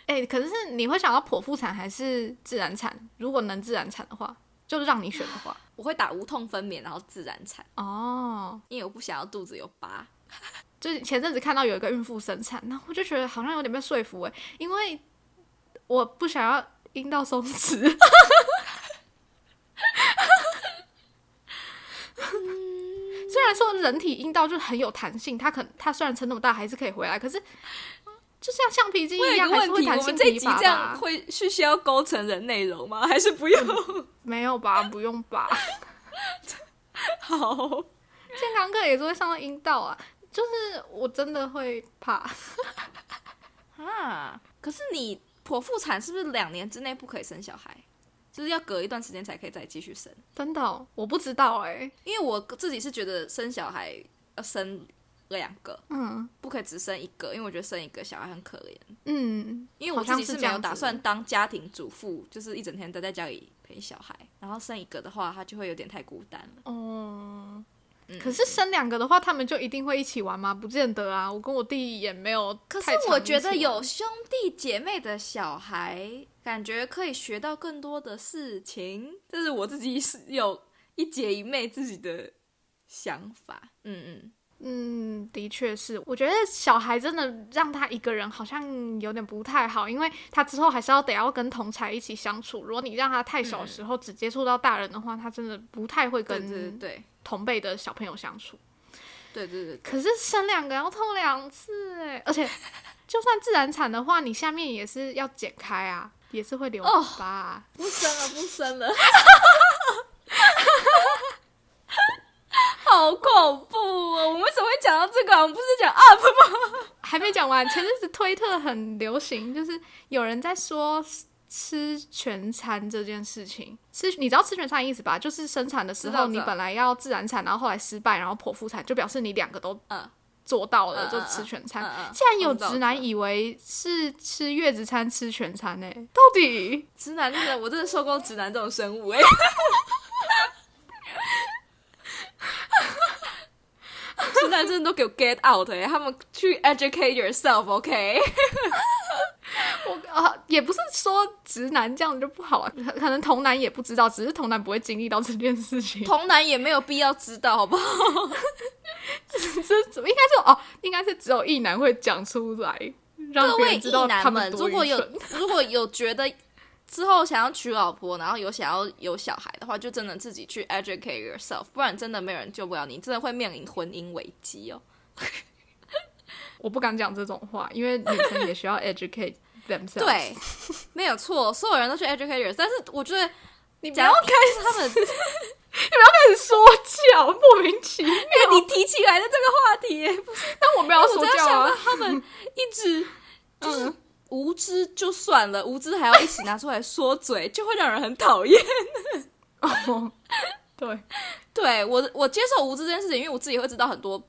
[SPEAKER 3] 哎、可是你会想要剖腹产还是自然产？如果能自然产的话，就是让你选的话，
[SPEAKER 2] 我会打无痛分娩，然后自然产，
[SPEAKER 3] 哦，
[SPEAKER 2] 因为我不想要肚子有疤。
[SPEAKER 3] 就是前阵子看到有一个孕妇生产，然后我就觉得好像有点被说服哎、因为我不想要阴道松弛。 虽然说人体阴道就很有弹性，它可它虽然撑那么大，还是可以回来，可是就像橡皮筋
[SPEAKER 2] 我有
[SPEAKER 3] 一
[SPEAKER 2] 一
[SPEAKER 3] 样，
[SPEAKER 2] 个
[SPEAKER 3] 还是
[SPEAKER 2] 问
[SPEAKER 3] 会
[SPEAKER 2] 题，
[SPEAKER 3] 弹
[SPEAKER 2] 我
[SPEAKER 3] 性
[SPEAKER 2] 们这
[SPEAKER 3] 疲
[SPEAKER 2] 一集
[SPEAKER 3] 乏
[SPEAKER 2] 这样
[SPEAKER 3] 吧？
[SPEAKER 2] 会是需要勾成人内容吗？还是不用？
[SPEAKER 3] 没有吧？不用吧？
[SPEAKER 2] 好，
[SPEAKER 3] 健康课也是会上到阴道啊，就是我真的会怕。
[SPEAKER 2] 啊，可是你剖腹产是不是两年之内不可以生小孩？就是要隔一段时间才可以再继续生？
[SPEAKER 3] 真的哦、我不知道哎、
[SPEAKER 2] 因为我自己是觉得生小孩要生两个，
[SPEAKER 3] 嗯
[SPEAKER 2] 不可以只生一个，因为我觉得生一个小孩很可怜。
[SPEAKER 3] 嗯，
[SPEAKER 2] 因为我
[SPEAKER 3] 好
[SPEAKER 2] 自
[SPEAKER 3] 像
[SPEAKER 2] 己
[SPEAKER 3] 是
[SPEAKER 2] 是
[SPEAKER 3] 这
[SPEAKER 2] 没有
[SPEAKER 3] 样
[SPEAKER 2] 打
[SPEAKER 3] 子
[SPEAKER 2] 算当家庭主妇，就是一整天待在家里陪小孩，然后生一个的话，他就会有点太孤单了。
[SPEAKER 3] 哦。
[SPEAKER 2] 嗯
[SPEAKER 3] 可是生两个的话，他们就一定会一起玩吗？不见得啊，我跟我弟也没有
[SPEAKER 2] 可是
[SPEAKER 3] 太常一起玩。
[SPEAKER 2] 我觉得有兄弟姐妹的小孩，感觉可以学到更多的事情。这是我自己是有一姐一妹自己的想法。嗯嗯，
[SPEAKER 3] 嗯，的确是，我觉得小孩真的让他一个人好像有点不太好，因为他之后还是要得要跟同才一起相处。如果你让他太小的时候只接触到大人的话，他真的不太会
[SPEAKER 2] 嗯对对
[SPEAKER 3] 跟
[SPEAKER 2] 对
[SPEAKER 3] 同辈的小朋友相处。
[SPEAKER 2] 对对对对，
[SPEAKER 3] 可是生两个要痛两次哎，而且就算自然产的话，你下面也是要剪开啊，也是会留
[SPEAKER 2] 哦
[SPEAKER 3] 疤、啊。
[SPEAKER 2] 不生了不生了， 好恐怖哦！我们为什么会讲到这个啊？我们不是讲 UP
[SPEAKER 3] 还没讲完，前阵子推特很流行，就是有人在说吃全餐这件事情。吃，你知道吃全餐的意思吧？就是生产的时
[SPEAKER 2] 知道
[SPEAKER 3] 候，
[SPEAKER 2] 知道
[SPEAKER 3] 你本来要自然产，然后后来失败，然后剖腹产，就表示你两个都
[SPEAKER 2] 嗯
[SPEAKER 3] 做到
[SPEAKER 2] 嗯
[SPEAKER 3] 了，就
[SPEAKER 2] 嗯
[SPEAKER 3] 吃全餐。
[SPEAKER 2] 嗯嗯
[SPEAKER 3] 竟然有
[SPEAKER 2] 我知道
[SPEAKER 3] 直
[SPEAKER 2] 我知
[SPEAKER 3] 男
[SPEAKER 2] 道
[SPEAKER 3] 以为是吃月子餐吃全餐呢、到底
[SPEAKER 2] 直男真的，我真的受够直男这种生 物哎、直男真的都给我 get out 哎、他们去 educate yourself，OK？、
[SPEAKER 3] 我啊、也不是说直男这样就不好啊，可可能同男也不知道，只是同男不会经历到这件事情。
[SPEAKER 2] 同男也没有必要知道，好不好？
[SPEAKER 3] 这怎么应该是哦？应该是只有异男会讲出来，让
[SPEAKER 2] 各
[SPEAKER 3] 别
[SPEAKER 2] 位
[SPEAKER 3] 人
[SPEAKER 2] 异
[SPEAKER 3] 知道他
[SPEAKER 2] 男们，
[SPEAKER 3] 们多
[SPEAKER 2] 如果
[SPEAKER 3] 愚
[SPEAKER 2] 有
[SPEAKER 3] 蠢
[SPEAKER 2] 如果有觉得之后想要娶老婆，然后有想要有小孩的话，就真的自己去 educate yourself，不然真的没有人救不了你，真的会面临婚姻危机哦。
[SPEAKER 3] 我不敢讲这种话，因为女生也需要 educate themselves。，
[SPEAKER 2] 对， 没有错，所有人都去 educate yourself，但是我觉得
[SPEAKER 3] 你不
[SPEAKER 2] 假
[SPEAKER 3] 要
[SPEAKER 2] 如
[SPEAKER 3] 开
[SPEAKER 2] 他 们。
[SPEAKER 3] 始说教，莫名其妙。
[SPEAKER 2] 你提起来的这个话题 耶，不是
[SPEAKER 3] 但我没有要说
[SPEAKER 2] 我真的
[SPEAKER 3] 教
[SPEAKER 2] 想
[SPEAKER 3] 啊
[SPEAKER 2] 到，他们一直就是无知就算了，无知还要一起拿出来说嘴，就会让人很讨厌。
[SPEAKER 3] 哦，对，
[SPEAKER 2] 对我，我接受无知这件事情，因为我自己会知道很多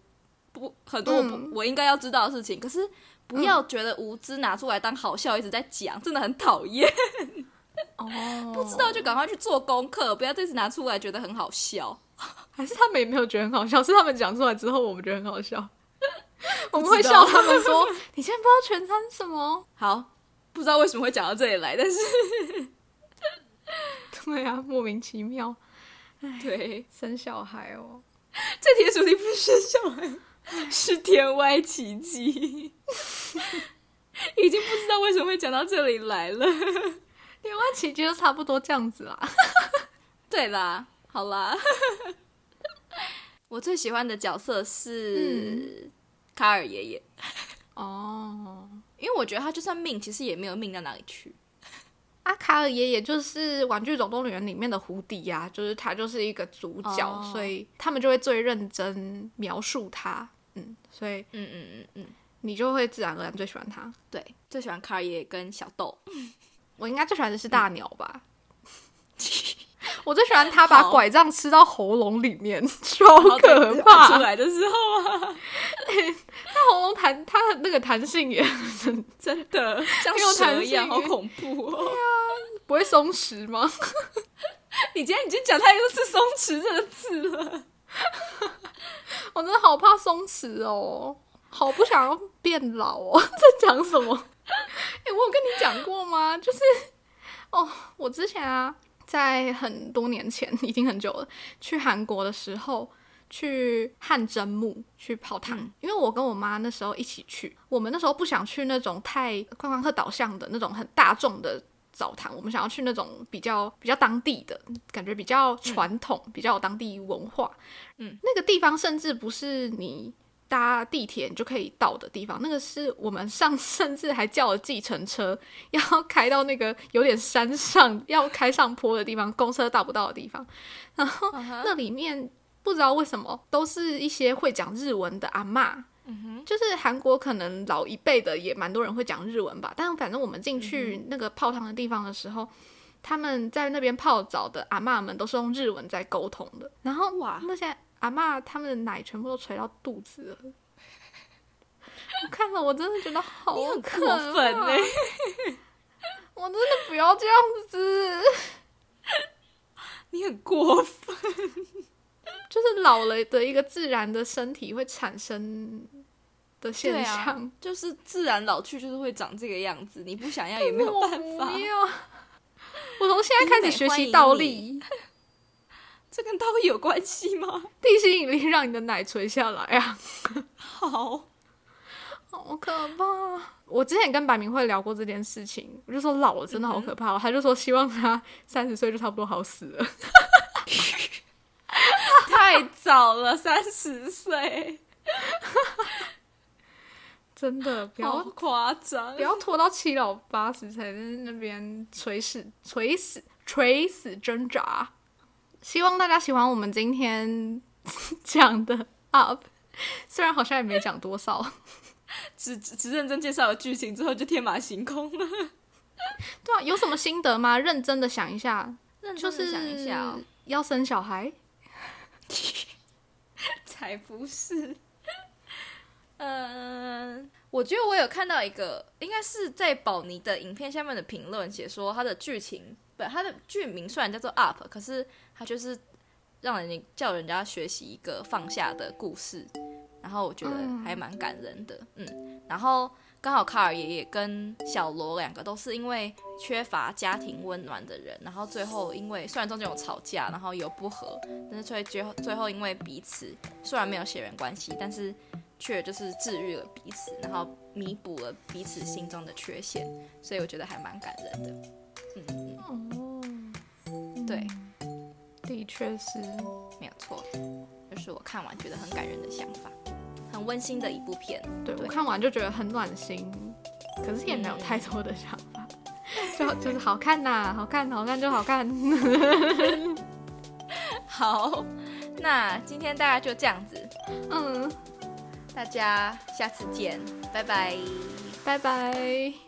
[SPEAKER 2] 不很多我不、
[SPEAKER 3] 嗯
[SPEAKER 2] 我应该要知道的事情，可是。不要觉得无知拿出来当好笑，一直在讲，真的很讨厌。
[SPEAKER 3] 哦，
[SPEAKER 2] 不知道就赶快去做功课，不要一直拿出来觉得很好笑。
[SPEAKER 3] 还是他们也没有觉得很好笑，是他们讲出来之后，我们觉得很好 笑。我们
[SPEAKER 2] 不
[SPEAKER 3] 会
[SPEAKER 2] 知
[SPEAKER 3] 笑
[SPEAKER 2] 道
[SPEAKER 3] 他们说：“ 你现在不知道全餐是什么
[SPEAKER 2] 好，不知道为什么会讲到这里来，但是？”
[SPEAKER 3] 对啊，莫名其妙
[SPEAKER 2] 对，
[SPEAKER 3] 生小孩哦。
[SPEAKER 2] 这题的主题不是小孩，是天外奇 迹。已经不知道为什么会讲到这里来了。
[SPEAKER 3] 另外奇啊迹就差不多这样子啦。
[SPEAKER 2] 对啦，好 啦，我最喜欢的角色是卡尔爷爷，
[SPEAKER 3] 哦，
[SPEAKER 2] 因为我觉得他就算命，其实也没有命到哪里去。
[SPEAKER 3] 阿啊卡尔爷爷就是《玩具总动员》里面的胡迪呀、就是他就是一个主角，
[SPEAKER 2] 哦
[SPEAKER 3] 所以他们就会最认真描述他。嗯，所以
[SPEAKER 2] 嗯嗯嗯嗯，
[SPEAKER 3] 你就会自然而然最喜欢他。
[SPEAKER 2] 对，最喜欢卡尔爷爷跟小豆。
[SPEAKER 3] 我应该最喜欢的
[SPEAKER 2] 嗯
[SPEAKER 3] 是大鸟吧。 我最喜欢他把
[SPEAKER 2] 好
[SPEAKER 3] 拐杖吃到喉咙里面，超
[SPEAKER 2] 然后在
[SPEAKER 3] 可怕！
[SPEAKER 2] 出来的时候啊，
[SPEAKER 3] 他 喉咙弹，他的那个弹性也
[SPEAKER 2] 真的像
[SPEAKER 3] 很有
[SPEAKER 2] 蛇
[SPEAKER 3] 弹
[SPEAKER 2] 一样，
[SPEAKER 3] 性
[SPEAKER 2] 好
[SPEAKER 3] 耶
[SPEAKER 2] 恐怖哦！
[SPEAKER 3] 不会松弛吗？
[SPEAKER 2] 你今天已经讲太多次“松弛”这个字 了，
[SPEAKER 3] 我真的好怕松弛哦，好不想要变老哦。 在讲什么？哎、我有跟你讲过吗？就是哦，我之前啊，在很多年前，已经很久了，去韩国的时候。去汗蒸木去泡汤，
[SPEAKER 2] 嗯
[SPEAKER 3] 因为我跟我妈那时候一起去，我们那时候不想去那种太观光客导向的那种很大众的澡堂，我们想要去那种比较比较当地的感觉，比较传统，比较有当地文化。那个地方甚至不是你搭地铁你就可以到的地方，那个是我们上 甚至还叫了计程车，要开到那个有点山上要开上坡的地方，公车到不到的地方。然后
[SPEAKER 2] 嗯
[SPEAKER 3] 那里面不知道为什么都是一些会讲日文的阿嬷。
[SPEAKER 2] 嗯
[SPEAKER 3] 就是韩国可能老一辈的也蛮多人会讲日文吧，但反正我们进去那个泡汤的地方的时候，他们在那边泡澡的阿嬷们都是用日文在沟通的，然后
[SPEAKER 2] 哇
[SPEAKER 3] 那些阿嬷他们的奶全部都垂到肚子了。 我看了，我真的觉得好
[SPEAKER 2] 你很
[SPEAKER 3] 可
[SPEAKER 2] 过分欸
[SPEAKER 3] 怕啊
[SPEAKER 2] 呢、
[SPEAKER 3] 我真的不要这样子，
[SPEAKER 2] 你很过分。
[SPEAKER 3] 就是老了的一个自然的身体会产生的现
[SPEAKER 2] 对
[SPEAKER 3] 象。
[SPEAKER 2] 啊、就是自然老去，就是会长这个样子。你不 想要哎也没有
[SPEAKER 3] 我
[SPEAKER 2] 办法
[SPEAKER 3] 不，要，我从现在开始学
[SPEAKER 2] 医
[SPEAKER 3] 习
[SPEAKER 2] 美
[SPEAKER 3] 倒
[SPEAKER 2] 欢迎
[SPEAKER 3] 立，
[SPEAKER 2] 这跟道理有关系吗？
[SPEAKER 3] 地心引力让你的奶垂下来啊，
[SPEAKER 2] 好，
[SPEAKER 3] 好可怕！我之前跟白明慧聊过这件事情，我就说老了真的好可怕、哦，他就说希望他三十岁就差不多好死了。
[SPEAKER 2] 太早了，三十岁，
[SPEAKER 3] 真的，不要、
[SPEAKER 2] 好夸张
[SPEAKER 3] 不。要拖到七老八十才在那边垂死、垂死、垂死挣扎。希望大家喜欢我们今天 讲的 UP，虽 然好像也没讲多少。
[SPEAKER 2] 只只只认真介绍了剧情之后，就天马行空了。
[SPEAKER 3] 对啊，有什么心得吗？认真的想一下，就
[SPEAKER 2] 认真
[SPEAKER 3] 是
[SPEAKER 2] 地想一下、哦，
[SPEAKER 3] 要生小孩，
[SPEAKER 2] 才不是。嗯，我觉得我有看到一个，应该是在宝妮的影片下面的评论，写说它的剧情，不，它的剧名虽然叫做 Up，可是它就是让人叫人家学习一个放下的故事，然后我觉得
[SPEAKER 3] 嗯
[SPEAKER 2] 还蛮感人的，嗯，然后刚好卡尔爷爷跟小罗两个都是因为缺乏家庭温暖的人，然后最后因为虽然中间有吵架，然后有不和，但是最最后最后因为彼此虽然没有血缘关系，但是却就是治愈了彼此，然后弥补了彼此心中的缺陷，所以我觉得还蛮感人的。嗯嗯，
[SPEAKER 3] 哦，
[SPEAKER 2] 对，
[SPEAKER 3] 的确是。
[SPEAKER 2] 没有错，就是我看完觉得很感人的想法，很温馨的一部片。
[SPEAKER 3] 对我
[SPEAKER 2] 对
[SPEAKER 3] 看完就觉得很暖心，可是也没有
[SPEAKER 2] 嗯
[SPEAKER 3] 太多的想法， 就就是好看呐、好看，好看就好看。
[SPEAKER 2] 好，那今天大概就这样子，
[SPEAKER 3] 嗯，
[SPEAKER 2] 大家下次见，拜拜。
[SPEAKER 3] 拜拜。